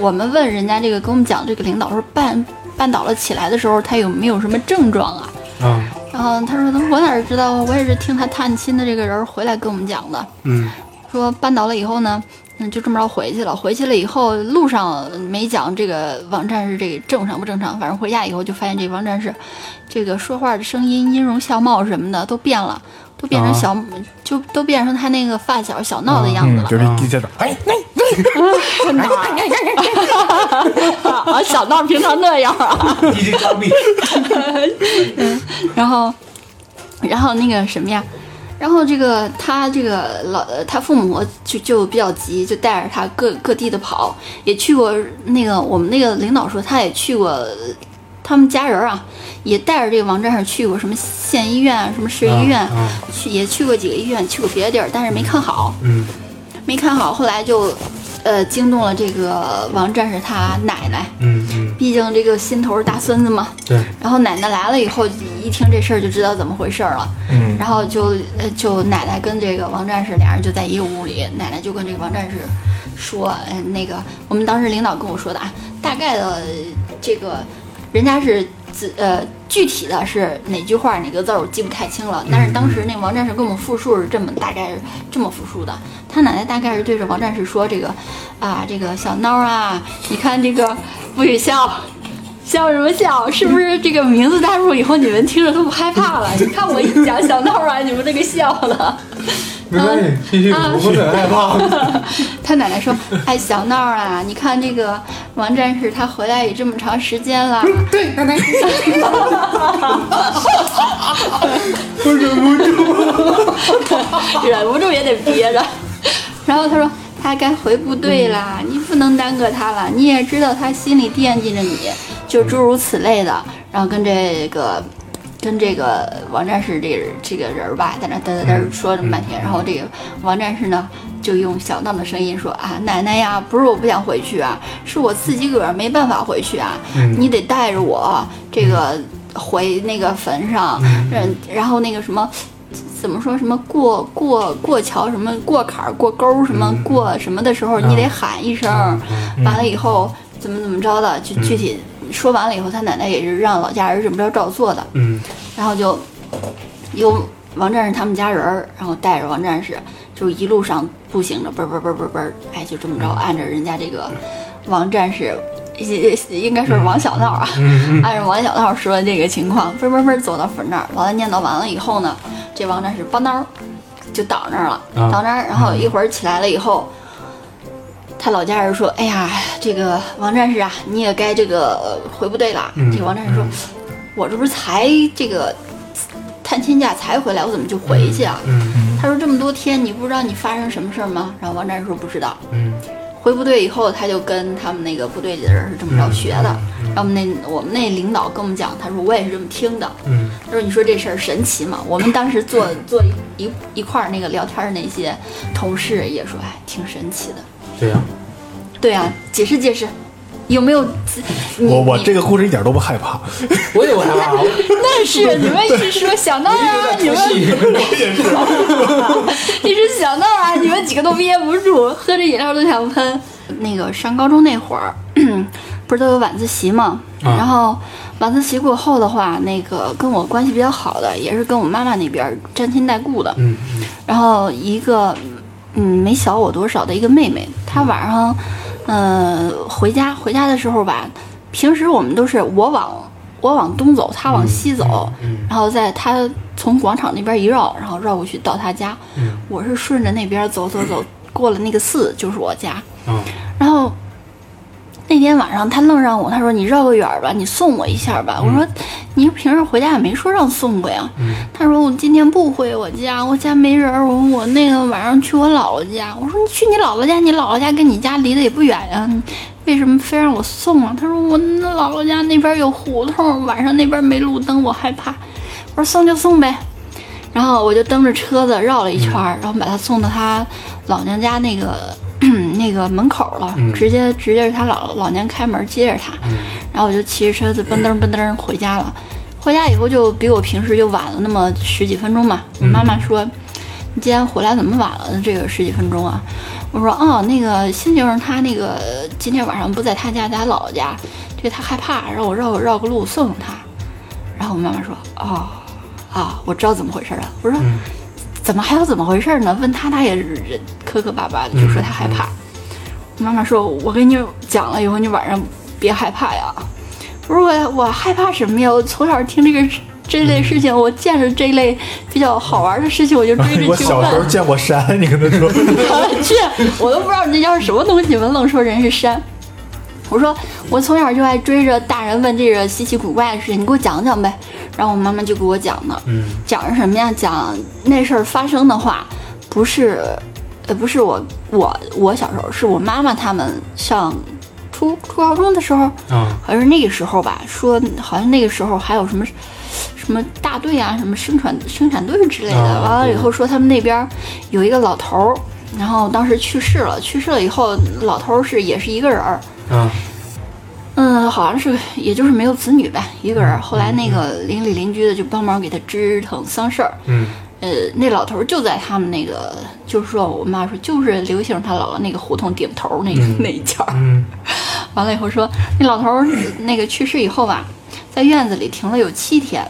我们问人家这个，给我们讲这个领导说绊绊倒了起来的时候，他有没有什么症状啊？啊，然后他说我哪知道啊，我也是听他探亲的这个人回来跟我们讲的，嗯说绊倒了以后呢，嗯，就这么着回去了。回去了以后，路上没讲这个王战士这个正常不正常，反正回家以后就发现这王战士，这个说话的声音、音容笑貌什么的都变了，都变成小，就都变成他那个发小小闹的样子嗯，了。就是一接着，哎，那啊，小闹平常那样啊。一经高逼，然后，然后那个什么呀，然后这个他这个老呃他父母就就比较急，就带着他各各地的跑，也去过那个我们那个领导说他也去过。呃他们家人啊，也带着这个王战士去过什么县医院、啊，什么市医院，啊啊去也去过几个医院，去过别的地儿，但是没看好。嗯没看好，后来就，呃，惊动了这个王战士他奶奶，嗯嗯，毕竟这个心头是大孙子嘛。对，然后奶奶来了以后，一听这事儿就知道怎么回事儿了。嗯然后就呃，就奶奶跟这个王战士俩人就在一个屋里，奶奶就跟这个王战士说，嗯、那个我们当时领导跟我说的啊，大概的这个人家是自呃具体的是哪句话哪个字儿我记不太清了，但是当时那王战士跟我们复述是这么大概是这么复述的，他奶奶大概是对着王战士说这个啊这个小孬儿啊，你看这个不许笑。笑什么笑？是不是这个名字带入以后，你们听着都不害怕 了？你看我一讲小闹啊，你们这个笑了。没关系，继续，我不很害怕。 他奶奶说：“哎，小闹啊，你看这个王战士他回来也这么长时间了，对，奶奶， 忍不住也得憋着。”然后他说：“他该回部队啦，你不能耽搁他了。你也知道他心里惦记着你，就诸如此类的。”然后跟这个。跟这个王战士这个人这个人儿吧，在那嘚嘚嘚说这么半天，然后这个王战士呢，就用小闹的声音说啊，奶奶呀，不是我不想回去啊，是我自己个儿没办法回去啊，嗯你得带着我这个回那个坟上，嗯，然后那个什么。怎么说什么过过过桥什么过坎儿过沟儿什么过什么的时候，你得喊一声儿，完了以后怎么怎么着的，就具体说完了以后，他奶奶也是让老家人怎么着照做的，嗯，然后就由王战士他们家人儿，然后带着王战士，就一路上步行着，嘣嘣嘣嘣嘣，哎，就这么着，按照人家这个王战士，也应该说是王小闹啊，按照王小闹说的这个情况，嘣嘣嘣走到坟那儿，完了念叨完了以后呢，这王战士邦当儿就倒那儿了，啊倒那儿，然后一会儿起来了以后。他老家人说：“哎呀，这个王战士啊，你也该这个呃回部队了。这王战士说：“我这不是才这个探亲假才回来，我怎么就回去啊？”嗯他说：“这么多天，你不知道你发生什么事儿吗？”然后王战士说：“不知道。嗯”回部队以后，他就跟他们那个部队里的人是这么着学的。然后我们那我们那领导跟我们讲，他说我也是这么听的。嗯他说：“你说这事儿神奇吗？”我们当时坐坐一一块儿那个聊天儿的那些同事也说：“哎，挺神奇的。”对呀，对啊，解释解释，有没有？你我我你这个故事一点都不害怕，我也不害怕，但是你们一直说小闹啊，你们 一直小闹啊，你们几个都憋不住，喝着饮料都想喷。那个上高中那会儿， 不是都有晚自习吗？啊然后晚自习过后的话，那个跟我关系比较好的，也是跟我妈妈那边儿沾亲带故的，嗯然后一个嗯没小我多少的一个妹妹，她晚上呃回家回家的时候吧，平时我们都是我往我往东走，她往西走，嗯然后在她从广场那边一绕，然后绕过去到她家。嗯我是顺着那边走走走，过了那个寺就是我家。嗯然后那天晚上他愣让我，他说你绕个远儿吧，你送我一下吧。我说你平时回家也没说让送过呀。他说我今天不回我家，我家没人儿。我我那个晚上去我姥姥家。我说你去你姥姥家，你姥姥家跟你家离得也不远呀。你为什么非让我送啊？他说我那姥姥家那边有胡同，晚上那边没路灯，我害怕。我说送就送呗，然后我就蹬着车子绕了一圈儿，然后把他送到他老娘家那个 那个门口了，直接直接是他老老娘开门接着他，然后我就骑着车子蹦噔蹦噔回家了。回家以后就比我平时就晚了那么十几分钟嘛。我妈妈说：“你今天回来怎么晚了这个十几分钟啊？”我说：“哦，那个新先生他那个今天晚上不在他家，在他姥姥家，这他害怕，让我绕个绕个路送送他。”然后我妈妈说：“哦，啊，我知道怎么回事了。”我说：“怎么还有怎么回事呢？”问他，他也人磕磕巴巴的，就说他害怕。妈妈说：“我跟你讲了以后，你晚上别害怕呀。”我说我我害怕什么呀？我从小听这嗯个这类事情，我见着这类比较好玩的事情， 我就 追着我去小时候问。见过山，你跟他 说，我去，我都不知道你那叫什么东西，你们愣说人是山。我说我从小就爱追着大人问这个稀奇古怪的事情，你给我讲讲呗。然后我妈妈就给我讲呢，嗯讲是什么呀？讲那事儿发生的话，不是，呃，不是我我我小时候，是我妈妈他们上初初高中的时候，啊好像是那个时候吧，说好像那个时候还有什么什么大队啊，什么生产生产队之类的。啊完了以对后说他们那边有一个老头儿，然后当时去世了，去世了以后老头儿是也是一个人儿，啊嗯，好像是也就是没有子女呗，一个人儿。后来那个邻里邻居的就帮忙给他支腾丧事儿。嗯呃，那老头儿就在他们那个，就是说我妈说就是刘先生他姥姥那个胡同顶头儿 那、那一家儿。嗯完了以后说，那老头儿那个去世以后吧，在院子里停了有七天。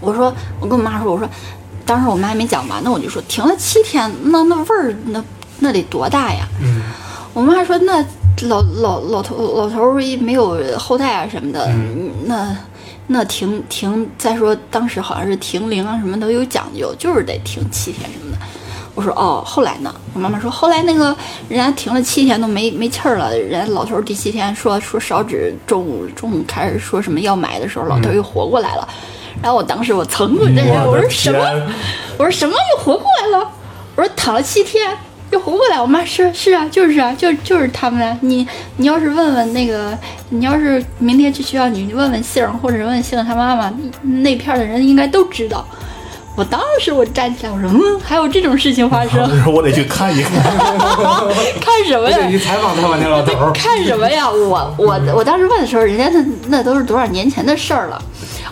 我说，我跟我妈说，我说，当时我妈还没讲完呢，我就说停了七天，那那味儿那那得多大呀？嗯我妈说那老老老头老头儿一没有后代啊什么的，嗯那那停停再说当时好像是停灵啊什么都有讲究，就是得停七天什么的。我说哦，后来呢？我妈妈说后来那个人家停了七天都没没气儿了，人家老头儿第七天说说烧纸，中午中午开始说什么要买的时候，老头儿又活过来了。然后我当时我噌我这人，我的说什天，么？我说什么又活过来了？我说躺了七天又活过来。我妈是是啊，就是啊，就就是他们啊。你你要是问问那个，你要是明天去学校，你问问杏儿或者问杏儿她妈妈，那片儿的人应该都知道。我当时我站起来，我说嗯，还有这种事情发生， 我说我得去看一看， 看什么呀？你采访采访那老头儿，看什么呀？我我嗯我当时问的时候，人家那那都是多少年前的事儿了。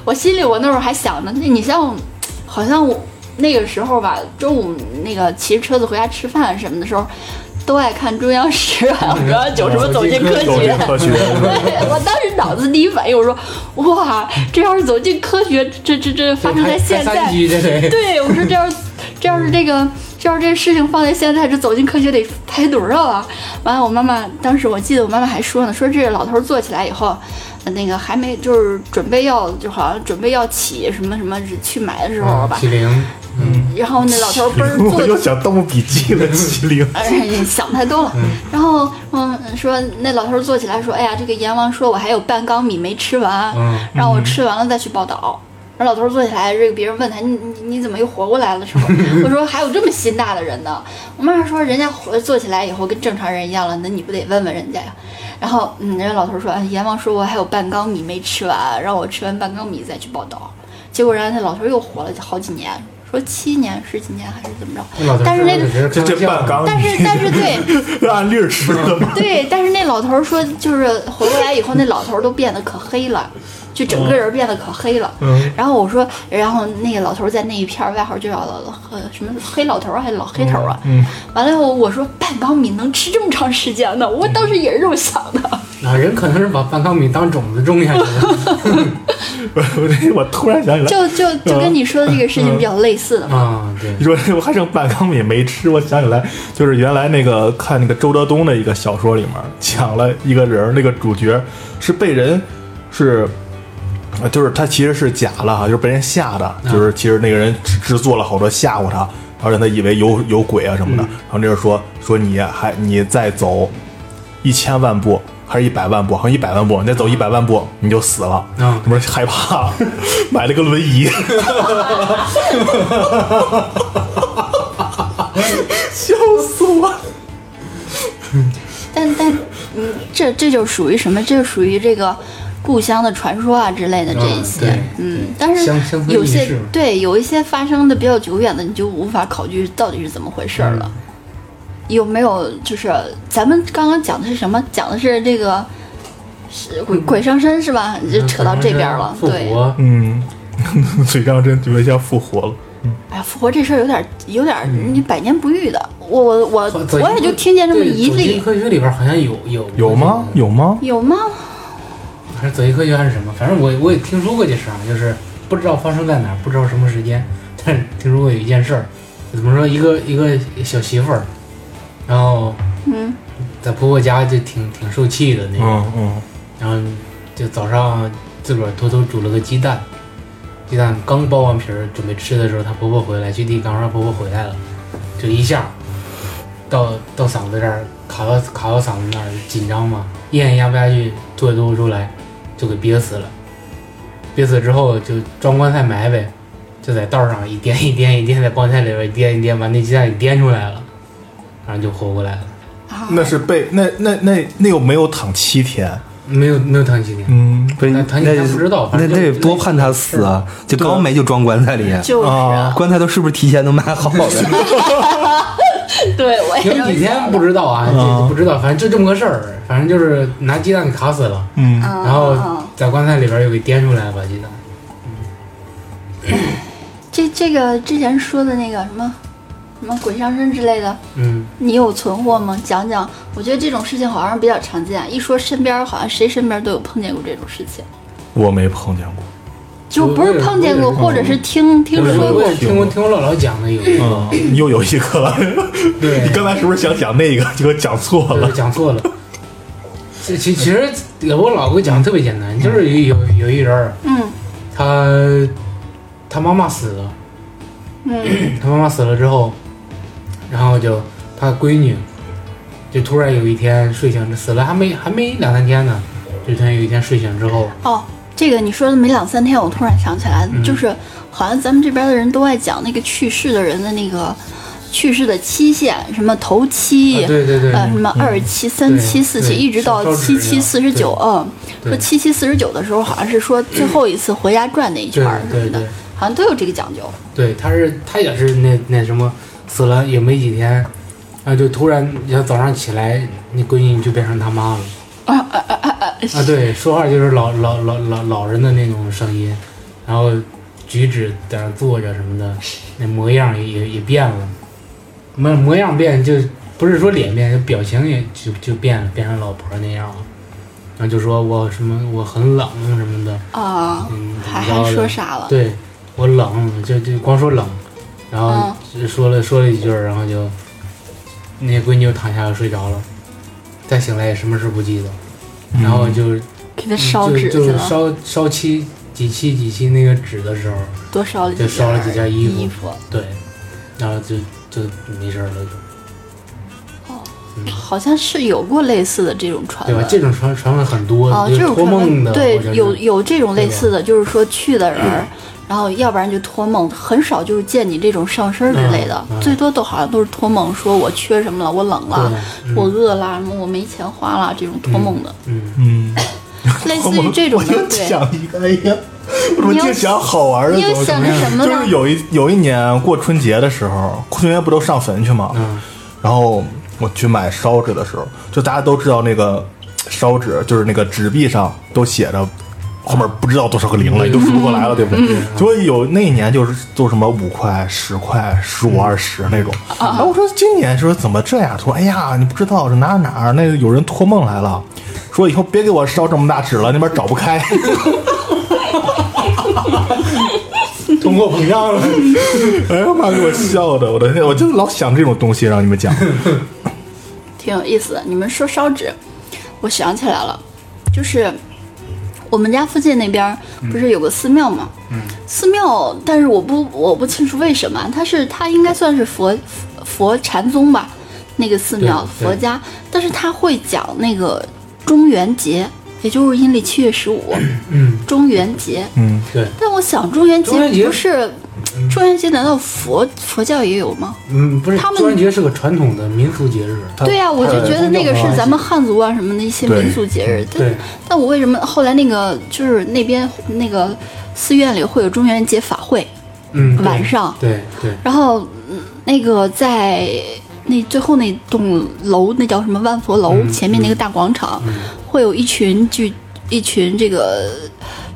我心里我那会儿还想呢，那你像，好像我那个时候吧，中午那个骑着车子回家吃饭什么的时候，都爱看中央十晚和中嗯央九什么走进科走进学。科学。对 我当时脑子第一反应，我说哇，这要是走进科学，这这这发生在现三在，级这得 对我说这要是这要是这个这要是这事情放在现在，这走进科学得排多少啊？完了，我妈妈当时我记得我妈妈还说呢，说这老头儿坐起来以后，呃那个还没就是准备要就好像准备要起什么什么去买的时候吧，体灵，嗯，然后那老头儿嘣儿啊我坐就想《盗墓笔记》了，麒麟。哎，想太多了。然后，嗯，说那老头儿坐起来说：“哎呀，这个阎王说我还有半缸米没吃完，嗯让我吃完了再去报道。”然后老头儿坐起来，这个别人问他：“你你你怎么又活过来了？” 什么？我说：“还有这么心大的人呢。”我妈说：“人家活坐起来以后跟正常人一样了，那你不得问问人家呀？”然后，嗯，人家老头儿说：“哎阎王说我还有半缸米没吃完，让我吃完半缸米再去报道。”结果人家那老头儿又活了好几年，说七年、十几年还是怎么着？那老头儿但是那个只这这开玩笑半缸，但是但是对。 按粒儿吃的吗？对，但是那老头儿说，就是活过来以后，那老头儿都变得可黑了，就整个人变得可黑了。嗯，然后我说，然后那个老头儿在那一片儿外号就叫老呃什么黑老头儿啊还是老黑头儿啊？嗯，完了以后我说半缸米能吃这么长时间呢？我当时也是这么想的。嗯啊，人可能是把半缸米当种子种下去了 我我我突然想起来，就就就跟你说的这个事嗯情比较类似的嘛。啊，对你，说 我还剩半缸米没吃，我想起来，就是原来那个看那个周德东的一个小说里面讲了一个人儿，那个主角是被人是，呃就是他其实是假了哈，就是被人吓的，就是其实那个人制制作了好多吓唬他，然后让他以为有有鬼啊什么的，然后那人说说你还你再走一千万步。还是一百万步，好像一百万步，你再走一百万步你就死了。啊什么害怕， 买了个轮椅，笑死我了。但但嗯，这这就属于什么？这就属于这个故乡的传说啊之类的这一嗯些对。嗯，但是乡乡村有意些识对有一些发生的比较久远的，你就无法考据到底是怎么回事儿了。嗯有没有就是咱们刚刚讲的是什么？讲的是这个是嗯鬼鬼上身是吧？你就扯到这边儿了。复对，活，嗯， 嘴上真觉得像复活了。哎呀，复活这事儿有点儿有点儿嗯你百年不遇的。我我我走进我也就听见这么对一走进例，科学里边好像有有有吗？有吗？有吗？还是走进科学还是什么？反正我我也听说过这事儿啊，就是不知道发生在哪儿，不知道什么时间，但是听说过有一件事儿，怎么说一个一个小媳妇儿，然后嗯，在婆婆家就挺挺受气的那种，嗯嗯然后就早上自个儿偷偷煮了个鸡蛋，鸡蛋刚剥完皮儿准备吃的时候，她婆婆回来去递缸，让婆婆回来了，就一下到到嗓子这儿卡到卡到嗓子那儿紧张嘛，咽也压不下去，吐也吐不出来，就给憋死了。憋死之后就装棺材埋呗，就在道上一颠一颠一颠，在棺材里边一颠一颠，把那鸡蛋给颠出来了，然后就活过来了，啊，那是被那那那那又没有躺七天。没有没有躺几天。嗯，不是那他应该那不知道反那正那就得多判他死啊！就刚没就装棺材里，就是啊，棺材都是不是提前都买好的？ 对我也 有要几天不知道啊，嗯这不知道，反正就这么个事儿，反正就是拿鸡蛋给卡死了，嗯嗯，然嗯后嗯在棺材里边又给颠出来了把鸡蛋。这这个之前说的那个什么什么鬼上身之类的，嗯，你有存货吗？讲讲，我觉得这种事情好像比较常见，一说身边好像谁身边都有碰见过这种事情。我没碰见过。就不我是也碰见过，我也或者是听听我说我过也。听过听我姥姥讲的有，嗯，又有一个 了。对你刚才是不是想讲那个？结果讲错对了。讲错了。其其其实我姥给我讲的特别简单，就是有有有一人儿，嗯他他妈妈死了，嗯他妈妈死了之后，然后就他闺女就突然有一天睡醒，死了还没还没两三天呢，就突然有一天睡醒之后，哦，这个你说的没两三天，我突然想起来，嗯就是好像咱们这边的人都爱讲那个去世的人的那个去世的期限，什么头七。啊对对对，呃，什么二期、三期、对四期，对一直到烧七纸期四十一九，嗯，说对七期四十九的时候，好像是说最后一次回家转那一对圈儿什么对的对，好像都有这个讲究。对，他是他也是那那什么死了也没几天，然后就突然你像早上起来，你闺女就变成他妈了。啊啊啊啊啊！啊，对，说话就是老老老老老人的那种声音，然后举止在那坐着什么的，那模样也也也变了，模模样变就不是说脸变，就表情也就就变了，变成老婆那样了。然后就说我什么我很冷什么的，啊，嗯，怎还么着还的说啥了？对我冷，就就光说冷，然后嗯只说了说了一句儿，然后就那闺女就躺下睡着了，再醒来也什么事不记得，然后就给他烧嗯纸就去就是了，烧烧漆几漆几漆那个纸的时候，多烧了就烧了几件衣服衣服。对，然后就就没事儿了，就好像是有过类似的这种传嗯对吧闻？，这种传传闻很多，啊，就呃这是种托传梦闻的，对好像，是嗯有有这种类似的，就是说去的人儿，然后要不然就托梦，很少就是见你这种上身儿之类的嗯，嗯最多都好像都是托梦，说我缺什么了，我冷了对，嗯我饿啦，什么我没钱花啦，这种托梦的，嗯，嗯，类似于这 我种的就，对。讲一个，哎呀，我怎么净想好玩的你又东西？想着什么就是呢？有一有一年过春节的时候，春节不都上坟去吗？嗯然后我去买烧纸的时候，就大家都知道那个烧纸，就是那个纸币上都写着后面不知道多少个零了，嗯你都数不过来了，对不对？嗯结果有那一年就是就什么五块、十块、十五、二十那种。嗯然后我说今年说怎么这样？他说哎呀，你不知道是哪儿哪儿那个有人托梦来了，说以后别给我烧这么大纸了，那边找不开。通货膨胀了，哎呀妈，给我笑的，我的天，我就老想这种东西让你们讲。挺有意思的。你们说烧纸，我想起来了，就是我们家附近那边儿嗯不是有个寺庙吗？嗯，寺庙，但是我不我不清楚为什么，它是它应该算是佛佛禅宗吧，那个寺庙对佛家，但是它会讲那个中元节，也就是阴历七月十五，嗯，中元节。嗯， 对，但我想中元中元节节不是中元节，难道佛佛教也有吗？嗯，不是，他们中元节是个传统的民俗节日，对呀、我就呃觉得那个是咱们汉族啊什么的一些对民族节日，但对但我为什么后来那个就是那边那个寺院里会有中元节法会嗯，对晚上，对对，然后嗯那个在那最后那栋楼那叫什么万佛楼、嗯前面那个大广场，嗯会有一群聚一群这个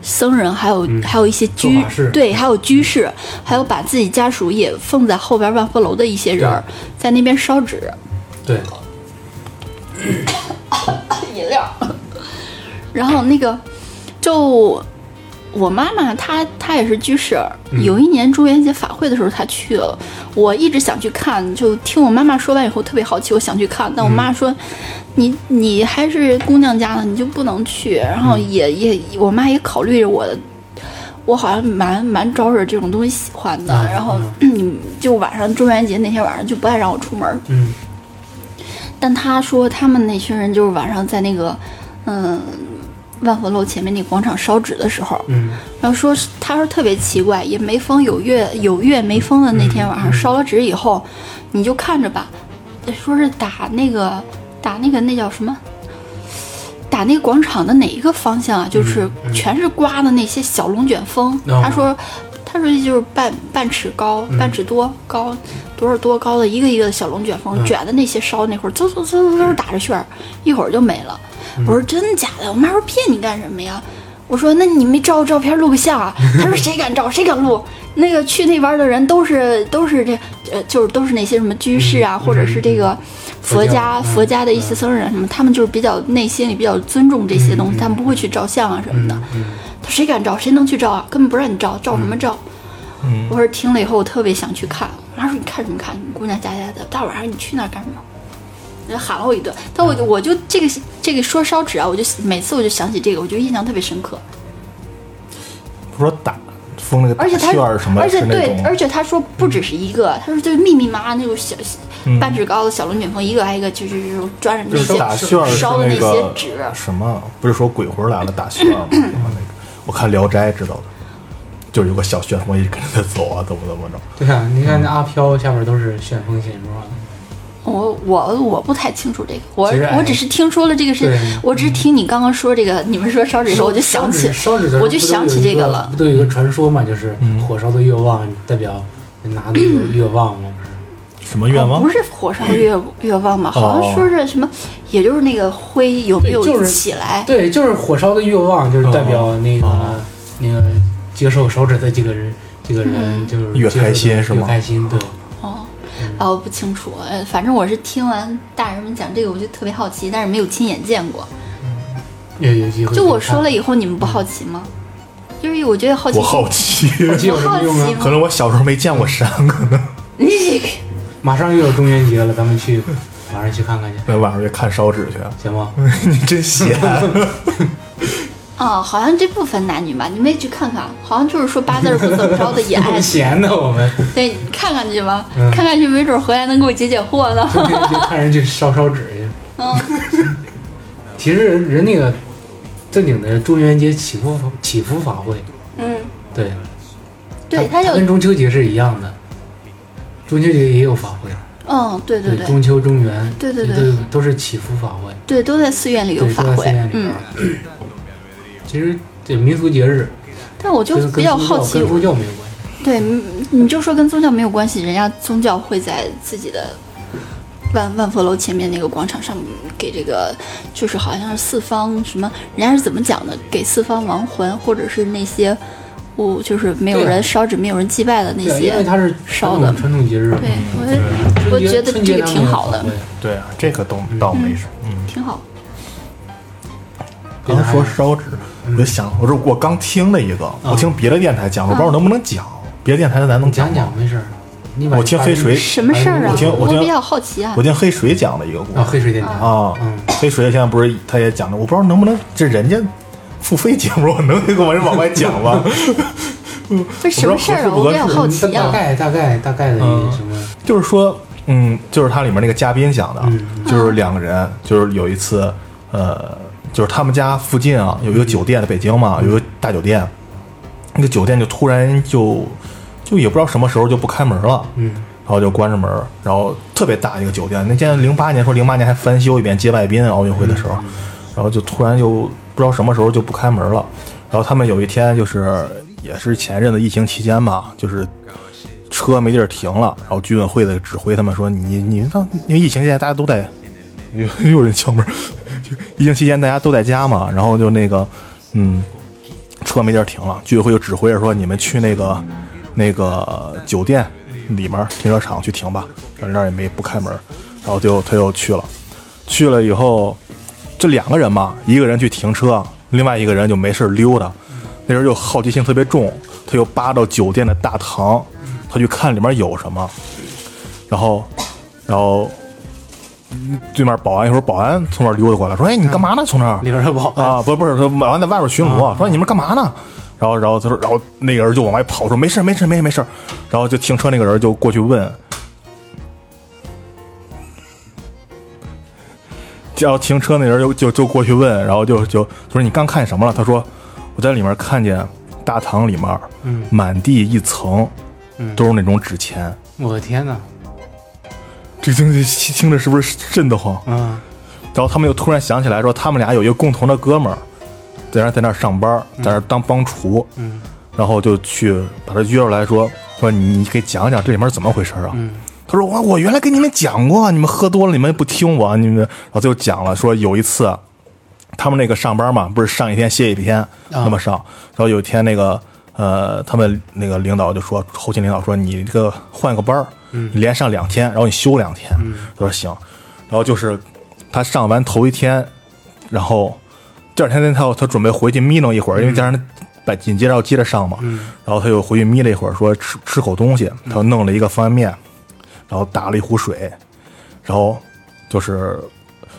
僧人，还有、嗯还有一些做居法事嗯对，还有居士，还有把自己家属也放在后边万佛楼的一些人儿在那边烧纸。对，饮料。 然后那个，就我妈妈她她也是居士，有一年中元节法会的时候她去了，我一直想去看，就听我妈妈说完以后特别好奇，我想去看，但我妈说。你你还是姑娘家的，你就不能去。然后也、也，我妈也考虑着我的，我好像蛮蛮招惹这种东西喜欢的。啊然后、就晚上中元节那天晚上就不爱让我出门儿，嗯但他说他们那群人就是晚上在那个，嗯，万佛楼前面那广场烧纸的时候，嗯然后说是他说特别奇怪，也没风有月有月没风的那天晚嗯上烧了纸以后，你就看着吧，说是打那个打那个那叫什么？打那个广场的哪一个方向啊？就是嗯全是刮的那些小龙卷风。哦嗯他说，他说就是半半尺高、半尺多高、多少多高的一个一个的小龙卷风，嗯卷的那些烧那会儿，嗖嗖嗯嗖嗖嗖打着旋儿，一会儿就没了。我说真假的？我妈说骗你干什么呀？我说那你没照照片录个像啊？他说谁敢照谁敢录？那个去那边的人都是都是这呃就是都是那些什么居士啊，嗯或者是这个佛佛教嗯家佛家的一些僧人啊什么，他们就是比较内心里比较尊重这些东西，他们不会去照相啊什么的。他说谁敢照谁能去照啊？根本不让你照，照什么照？我说听了以后我特别想去看，我妈说你看什么看？你姑娘家家的，大晚上你去那儿干什么？人喊了我一顿，但我就我就这个这个说烧纸啊，我就每次我就想起这个，我就印象特别深刻。不说打封那个而且他圈儿什么，而且是那对种，而且他说不只是一个，他说就是密密麻麻那种小嗯半指高的小龙卷风，一个挨一个就是这种抓着那就是打些旋儿是烧的那那些个纸。什么？不是说鬼魂来了打旋儿吗？什么那个，我看《聊斋》知道的，就是有个小旋风一直跟着他走啊，怎么怎么着。对啊，你嗯看那阿飘下边都是旋风写状的，我我我不太清楚这个，我其实哎我只是听说了这个事对，嗯我只是听你刚刚说这个，你们说烧纸的时候，我就想烧起纸，烧纸的时候我就想起这个了不。都有一个传说嘛，就是嗯火烧的越旺，代表拿的越越旺嘛，不是？什么愿望？哦不是火烧月月望吧？好像说是什么，也就是那个灰有没哦对就有是起来？对，就是火烧的越旺，就是代表那个、哦那个接受烧纸的这个人，这个嗯人就是越接受的开心是吗越开心，对。哦，啊，我不清楚，呃，反正我是听完大人们讲这个，我就特别好奇，但是没有亲眼见过。有有机会就我说了以后，你们不好奇吗？就是我觉得好奇我心，好奇， 这有什么用好奇啊？吗可 能我小时候没见过山，可能 你马上又有中元节了，咱们去晚上去看看去，那晚上就看烧纸去。啊行吗？ 你 真闲，啊，好像这不分男女吧？你们也去看看，好像就是说八字儿不怎么着的也爱很， 闲的我们，对，你看看去吧，嗯看看去，没准回来能给我解解惑呢。就看人去烧烧纸去。嗯，其实人人那个正经的中元节祈福法祈福法会，嗯，对，对，它他它就，跟中秋节是一样的，中秋节也有法会，嗯，对对对，中秋、中元，对对对都有都是祈福法会，对，都在寺院里有对，法都在会寺院，里边嗯儿。。其实这民俗节日但我就跟比跟较宗教好奇跟，宗教没有关系。对，嗯你就说跟宗教没有关系，人家宗教会在自己的万万佛楼前面那个广场上给这个，就是好像是四方什么，人家是怎么讲的？给四方亡魂，或者是那些物，就是没有对啊人烧纸、没有人祭拜的那对啊，些因为。它是传烧统的传统节日嘛，对，我觉得春节我觉得春这节个他们挺有好法的会，对啊，这个倒倒没什么。嗯，挺好。刚才嗯说烧纸，我就想，我说我刚听了一个，我听别的电台讲，我不知道能不能讲。别的电台咱能你讲吗？讲没事儿。啊你把我听黑水什么事儿啊哎我听？我听比较好奇啊我。听黑水讲了一个故啊，事黑水电台啊嗯，黑水现在不是他也讲的，我不知道能不能这人家付费节目，我能给我这往外讲吗？不是什么事儿啊？我我不比知较道合好奇嗯大啊。概大概大概的一个什么？就是说，嗯，就是它里面那个嘉宾讲的，就是两个人，就是有一次，呃，就是他们家附近啊有一个酒店，在北京嘛，有一个大酒店，那个酒店就突然就就也不知道什么时候就不开门了，嗯，然后就关着门，然后特别大一个酒店，那间零八年说零八年还翻修一遍接外宾奥运会的时候，然后就突然就不知道什么时候就不开门了，然后他们有一天就是也是前阵子疫情期间嘛，就是车没地儿停了，然后居委会的指挥他们说：“你你让因为疫情期间大家都在， 又又有人敲门，就疫情期间大家都在家嘛，然后就那个嗯，车没地儿停了，居委会就指挥着说：你们去那个那个酒店里面停车场去停吧，反正那儿也没不开门，然后就他就去了，去了以后这两个人嘛，一个人去停车，另外一个人就没事儿溜达。那时候就好奇心特别重，他就扒到酒店的大堂，他去看里面有什么。然后，然后嗯对面保安一会儿保安从那儿溜达过来，说：“哎，你干嘛呢？从那儿？”里边的保安啊，不是不是，说保安在外边巡逻，说你们干嘛呢？然后然后他说，然后那个人就往外跑，说没事没事没事没事。然后就停车那个人就过去问，然后停车那人就就就过去问，然后就就就说你刚看什么了？他说我在里面看见大堂里面，嗯满地一层都是那种纸钱，我的天哪！这个东西听着是不是瘆得慌？嗯，然后他们又突然想起来说，他们俩有一个共同的哥们儿，在那在那儿上班，在那儿当帮厨，嗯然后就去把他约出来说说你给讲讲这里面是怎么回事啊？他说我我原来跟你们讲过，你们喝多了你们不听我，你们然后他就讲了说有一次啊他们那个上班嘛，不是上一天歇一天那么上。然后有一天那个呃，他们那个领导就说，后勤领导说你这个换个班儿，你连上两天，然后你休两天。他说行，然后就是他上完头一天，然后第二天他要他准备回去眯弄一会儿，因为第二天把紧接着要接着上嘛。然后他又回去眯了一会儿，说吃吃口东西，他又弄了一个方便面，然后打了一壶水，然后就是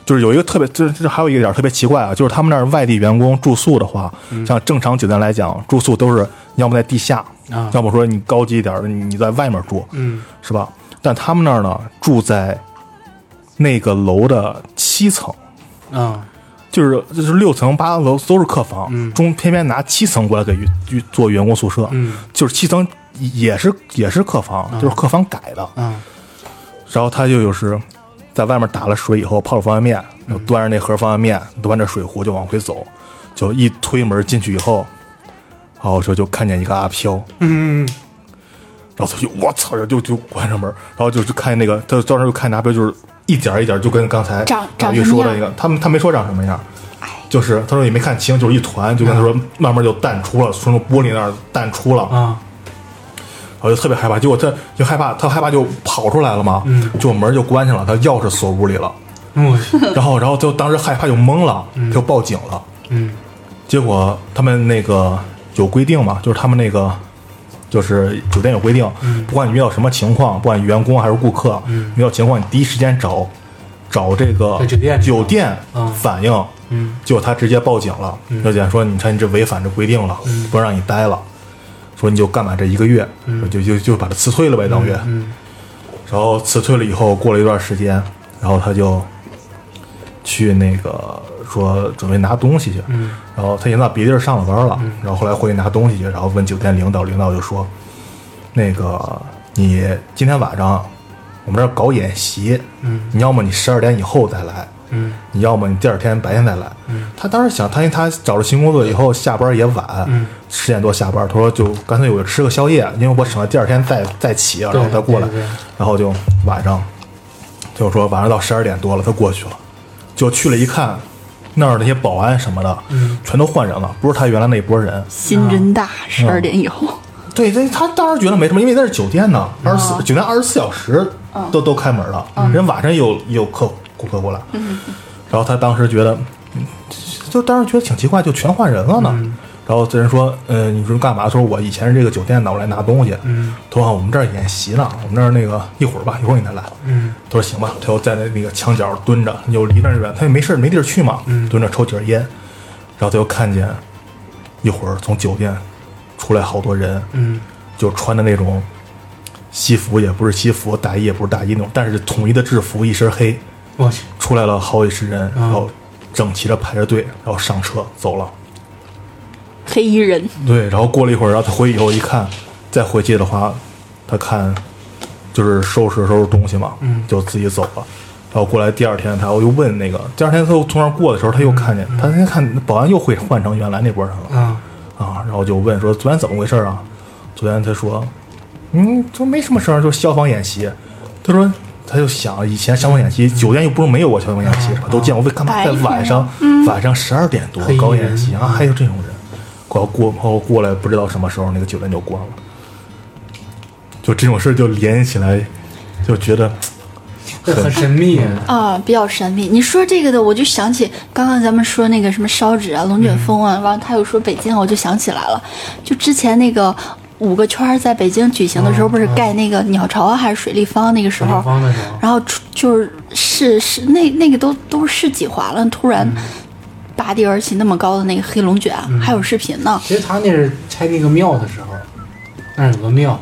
就是有一个特别，就是就是还有一个点儿特别奇怪啊，就是他们那儿外地员工住宿的话，像正常酒店来讲，住宿都是要么在地下，啊要么说你高级一点儿的，你你在外面住，嗯是吧？但他们那儿呢，住在那个楼的七层，啊就是就是六层八楼都是客房，中偏偏拿七层过来给员员做员工宿舍，嗯就是七层也是也是客房，就是客房改的。啊然后他就有时在外面打了水以后泡了方便面，然后端着那盒方便面，端着水壶就往回走，就一推门进去以后，然后说就看见一个阿飘，嗯然后他就我操，就就就关上门，然后就就看见那个，他当时就看那阿彪，就是一点儿一点，就跟刚才长大长玉什么说的样哎一个，他们他没说长什么样，就是他说也没看清，就是一团，就跟他说慢慢就淡出了，从那玻璃那儿淡出了，啊然后就特别害怕，结果他就害怕，他害怕就跑出来了嘛，嗯就门就关上了，他钥匙锁屋里了，我然后然后就当时害怕就懵了，就报警了，嗯结果他们那个有规定嘛，就是他们那个就是酒店有规定，嗯不管你遇到什么情况，不管员工还是顾客，遇到情况你第一时间找找这个在酒店里酒店嗯反映，嗯结果他直接报警了，小姐说你看你这违反这规定了，嗯不让你待了，说你就干满这一个月，就就就把他辞退了呗，等于，嗯然后辞退了以后，过了一段时间，然后他就去那个说准备拿东西去，嗯然后他已经啊到别地儿上了班了，然后后来回去拿东西去，然后问酒店领导，领导就说，那个你今天晚上我们这儿搞演习，嗯你要么你十二点以后再来，嗯你要么你第二天白天再来。他当时想，他因为他找了新工作以后下班也嗯晚，十点多下班，他说就干脆我就吃个宵夜，因为我省得第二天再再起，然后对他过来对对，然后就晚上就说晚上到十二点多了，他过去了，就去了一看。那儿那些保安什么的，嗯全都换人了，不是他原来那波人。心真大，十二点以嗯后。对，这他当时觉得没什么，因为那是酒店呢，二十四哦酒店二十四小时嗯都都开门了，人晚上有有客顾客过来，嗯然后他当时觉得，嗯就当时觉得挺奇怪，就全换人了呢。嗯然后这人说，呃，你说干嘛？他说我以前是这个酒店的，我来拿东西。嗯他说我们这儿演习呢，我们这儿那个一会儿吧，一会儿你再来。嗯他说行吧，他又在那那个墙角蹲着，又离那儿远，他也没事儿没地儿去嘛，嗯蹲着抽几根烟，然后他又看见一会儿从酒店出来好多人，嗯就穿的那种西服，也不是西服，大衣也不是大衣那种，但是统一的制服，一身黑，我去出来了好几十人，然后整齐的排着队，然后上车走了。黑衣人，对，然后过了一会儿，然后他回去以后一看，再回去的话，他看就是收拾收拾东西嘛，就自己走了。然后过来第二天，他又问那个，第二天他又从那儿过的时候，他又看见，他先看保安又会换成原来那波人了啊啊，然后就问说昨天怎么回事啊？昨天他说，嗯，就没什么事儿，就消防演习。他说他就想以前消防演习，酒店又不是没有过消防演习是吧？都见过，为干嘛白在天嗯晚上晚上十二点多黑衣搞演人习啊？还有这种人，过过后过来不知道什么时候那个酒店就关了，就这种事儿就联系起来，就觉得这很神秘啊啊，比较神秘。你说这个的，我就想起刚刚咱们说那个什么烧纸啊、龙卷风啊，完了他又说北京，我就想起来了，就之前那个五个圈儿在北京举行的时候，不是盖那个鸟巢啊还是水立方那个时候东，方的时候然后出就是市市那那个都都是市几划了，突然拔地而起那么高的那个黑龙卷，啊还有视频呢。其实他那是拆那个庙的时候，那儿有个庙，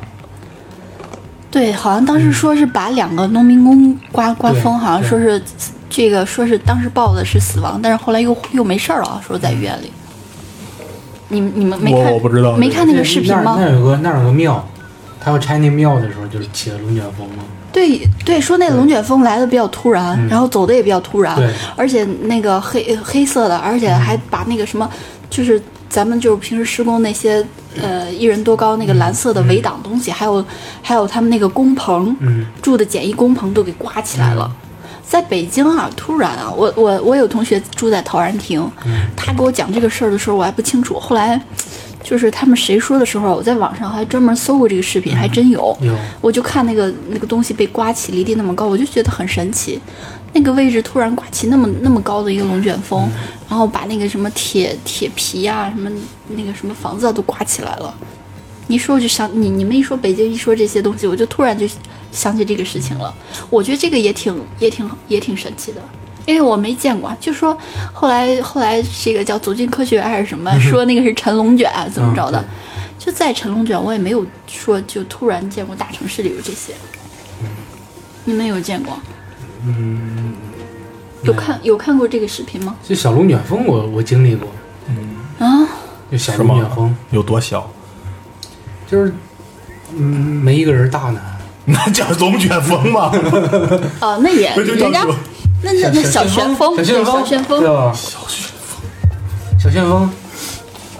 对，好像嗯当时说是把两个农民工刮刮对风，好像对说是这个说是当时报的是死亡，但是后来又又没事儿了，说在医院里。你们你们没我看我不知道没看那个视频那吗？儿那儿有个那儿有个庙，他要拆那庙的时候，就是起了龙卷风嘛。对对，说那龙卷风来的比较突然，然后走的也比较突然对，而且那个黑黑色的，而且还把那个什么，就是咱们就是平时施工那些呃一人多高那个蓝色的围挡东西，还有还有他们那个工棚，嗯住的简易工棚都给刮起来了。在北京啊，突然啊，我我我有同学住在陶然亭，嗯他给我讲这个事儿的时候，我还不清楚。后来就是他们谁说的时候，我在网上还专门搜过这个视频，还真有。有我就看那个那个东西被刮起离地那么高，我就觉得很神奇。那个位置突然刮起那么那么高的一个龙卷风，然后把那个什么铁铁皮啊，什么那个什么房子啊都刮起来了。你一说我就想你，你们一说北京，一说这些东西，我就突然就想起这个事情了。我觉得这个也挺也挺也挺神奇的，因为我没见过啊。就说后来后来这个叫走进科学还是什么，说那个是乘龙卷啊怎么着的，嗯就在乘龙卷，我也没有说就突然见过大城市里有这些。你们有见过？嗯有看有看过这个视频吗？就小龙卷风我，我经历过，啊，就小是龙卷风吗，？有多小？ 就是嗯没一个人大呢，那叫龙卷风 吗？哦，那也不是就叫人家什么那那那小旋风，小对旋小风，旋对风，吧？小旋风，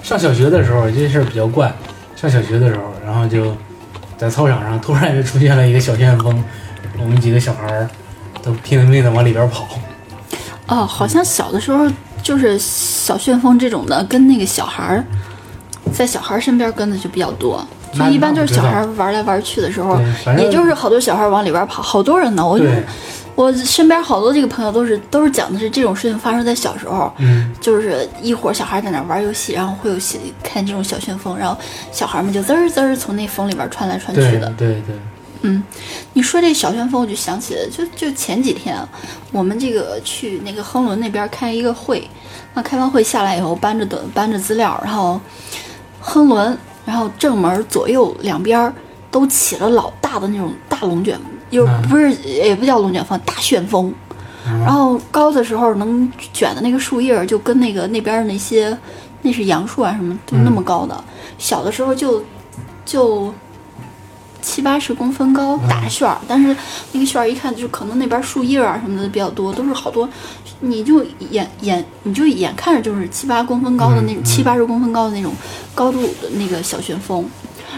上小学的时候这事儿比较怪。上小学的时候，然后就在操场上突然就出现了一个小旋风，我们几个小孩儿都拼了命的往里边跑。哦，好像小的时候就是小旋风这种的，跟那个小孩儿在小孩儿身边跟的就比较多。就那一般那就我是知小道孩儿玩来玩去的时候对反，正也就是好多小孩儿往里边跑，好多人呢。我对，我身边好多这个朋友都是都是讲的是这种事情发生在小时候，嗯，就是一伙小孩在那玩游戏，然后会有些看这种小旋风，然后小孩们就滋儿滋儿从那风里边穿来穿去对的。对对，你说这小旋风，我就想起了，就就前几天啊，我们这个去那个亨伦那边开一个会，那开完会下来以后，搬着的搬着资料，然后亨伦，然后正门左右两边儿都起了老大的那种大龙卷，又嗯不是也不叫龙卷风，大旋风。然后高的时候能卷的那个树叶儿，就跟那个那边儿那些那是杨树啊什么，就那么高的。小的时候就就七八十公分高，大旋儿，但是那个旋儿一看就是可能那边树叶儿啊什么的比较多，都是好多，你就眼眼你就眼看着就是七八公分高的那种、七八十公分高的那种高度的那个小旋风。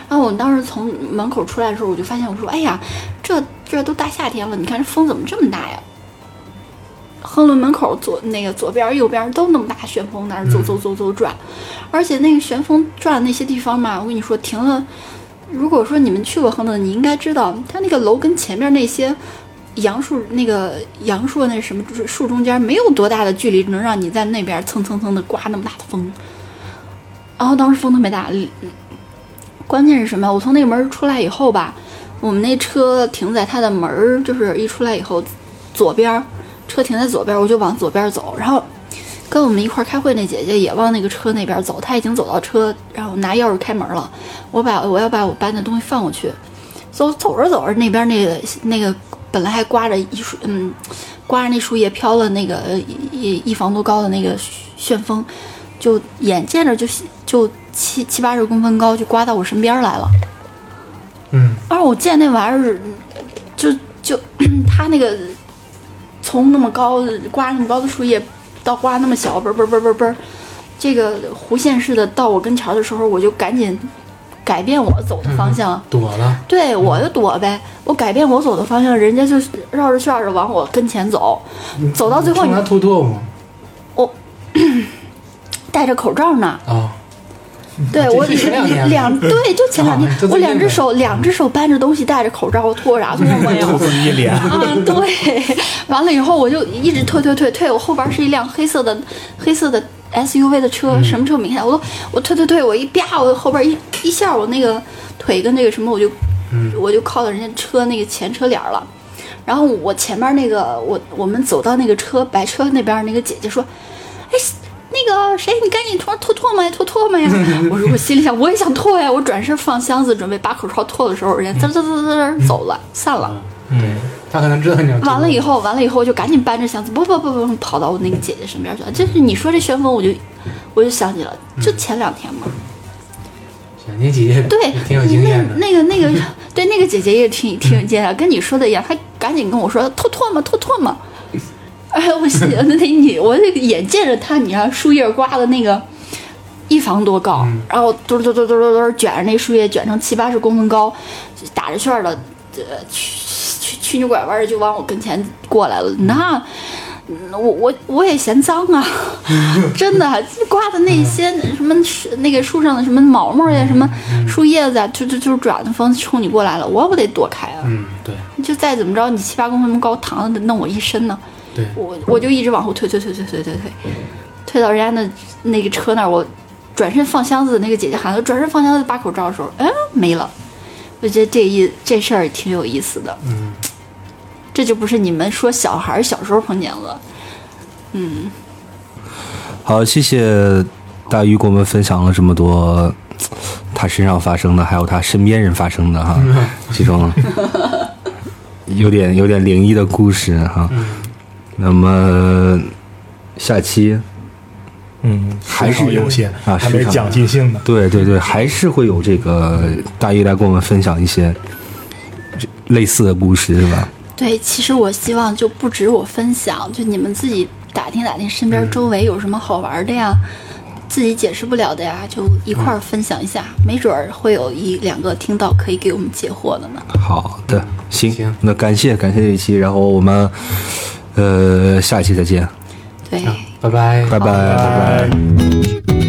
然后我当时从门口出来的时候，我就发现我说：“哎呀，这这都大夏天了，你看这风怎么这么大呀？”亨伦门口左那个左边儿右边儿都那么大旋风，那儿走走走走转，而且那个旋风转的那些地方嘛，我跟你说停了。如果说你们去过亨德，你应该知道，它那个楼跟前面那些杨树、那个杨树那什么就是树中间没有多大的距离，能让你在那边蹭蹭蹭的刮那么大的风。然后当时风特别大，嗯关键是什么？我从那个门儿出来以后吧，我们那车停在它的门儿，就是一出来以后，左边儿车停在左边儿，我就往左边儿走，然后跟我们一块儿开会那姐姐也往那个车那边走，她已经走到车，然后拿钥匙开门了。我把我要把我搬的东西放过去，走走着走着，那边那个那个本来还刮着一树，嗯，刮着那树叶飘了那个呃一一一房多高的那个旋风，就眼见着就就七七八十公分高就刮到我身边来了。嗯，而我见那玩意儿，就就 它那个从那么高刮那么高的树叶到刮那么小，嘣嘣嘣嘣嘣，这个弧线式的到我跟前儿的时候，我就赶紧改变我走的方向。躲了，对，我就躲呗，我改变我走的方向，人家就是绕着圈儿的往我跟前走，走到最后冲你他吐唾沫戴着口罩呢。啊，对这我这前两年两对就前 两天啊就，最我两近只呗手两只手扳着东西，戴着口罩，我吐啥 吐沫呀？吐出一脸。啊，对，完了以后我就一直退退退退，我后边是一辆黑色的黑色的 SUV 的车，什么车没看见，我都我退退退，我一啪，我后边一一下我那个腿跟那个什么，我就、我就靠到人家车那个前车帘儿了。然后我前面那个我我们走到那个车白车那边儿那个姐姐说，哎。那个谁，你赶紧吐吐唾沫呀，吐唾沫呀！ 我说我心里想，我也想吐呀。我转身放箱子，准备把口罩脱的时候，人家滋滋滋滋滋走了，散了。嗯，他可能知道你要吐完了以后，完了以后，我就赶紧搬着箱子，不不不不，跑到我那个姐姐身边去了。就是你说这旋风，我就我就想起了，嗯就前两天嘛，小年姐姐对， 挺有经验的，那那个那个，对那个姐姐也 挺挺有经验的，跟你说的一样，她赶紧跟我说吐唾沫，吐唾沫。哎，我心里那那你我这个眼见着她，你看树叶刮的那个一房多高，嗯然后嘟嘟嘟嘟嘟嘟嘟卷着那树叶卷成七八十公分高，打着旋儿的，呃，去去去曲扭拐弯的就往我跟前过来了，那。嗯我我我也嫌脏啊，真的，刮的那些什么是那个树上的什么毛毛呀，什么树叶子啊，就就就是转的风冲你过来了，我不得躲开啊？嗯，对就再怎么着，你七八公分高，躺着弄我一身呢，对，我我就一直往后退退退退退退退，退到人家那那个车那儿，我转身放箱子，那个姐姐喊我转身放箱子扒口罩的时候，哎，没了。我觉得这一这事儿挺有意思的，嗯，这就不是你们说小孩儿小时候碰见了，好，谢谢大鱼给我们分享了这么多他身上发生的，还有他身边人发生的哈，其中有点有点灵异的故事哈。嗯那么下期嗯，还是时长有限啊还没时长讲尽兴呢。对对对，还是会有这个大鱼来跟我们分享一些这类似的故事，是吧？对，其实我希望就不止我分享，就你们自己打听打听身嗯边周围有什么好玩的呀，自己解释不了的呀，就一块嗯儿分享一下，没准儿会有一两个听到可以给我们解惑的呢。好的，行，行那感谢感谢这一期，然后我们呃下一期再见，对。行，拜拜，拜拜嗯拜拜。 Thank you.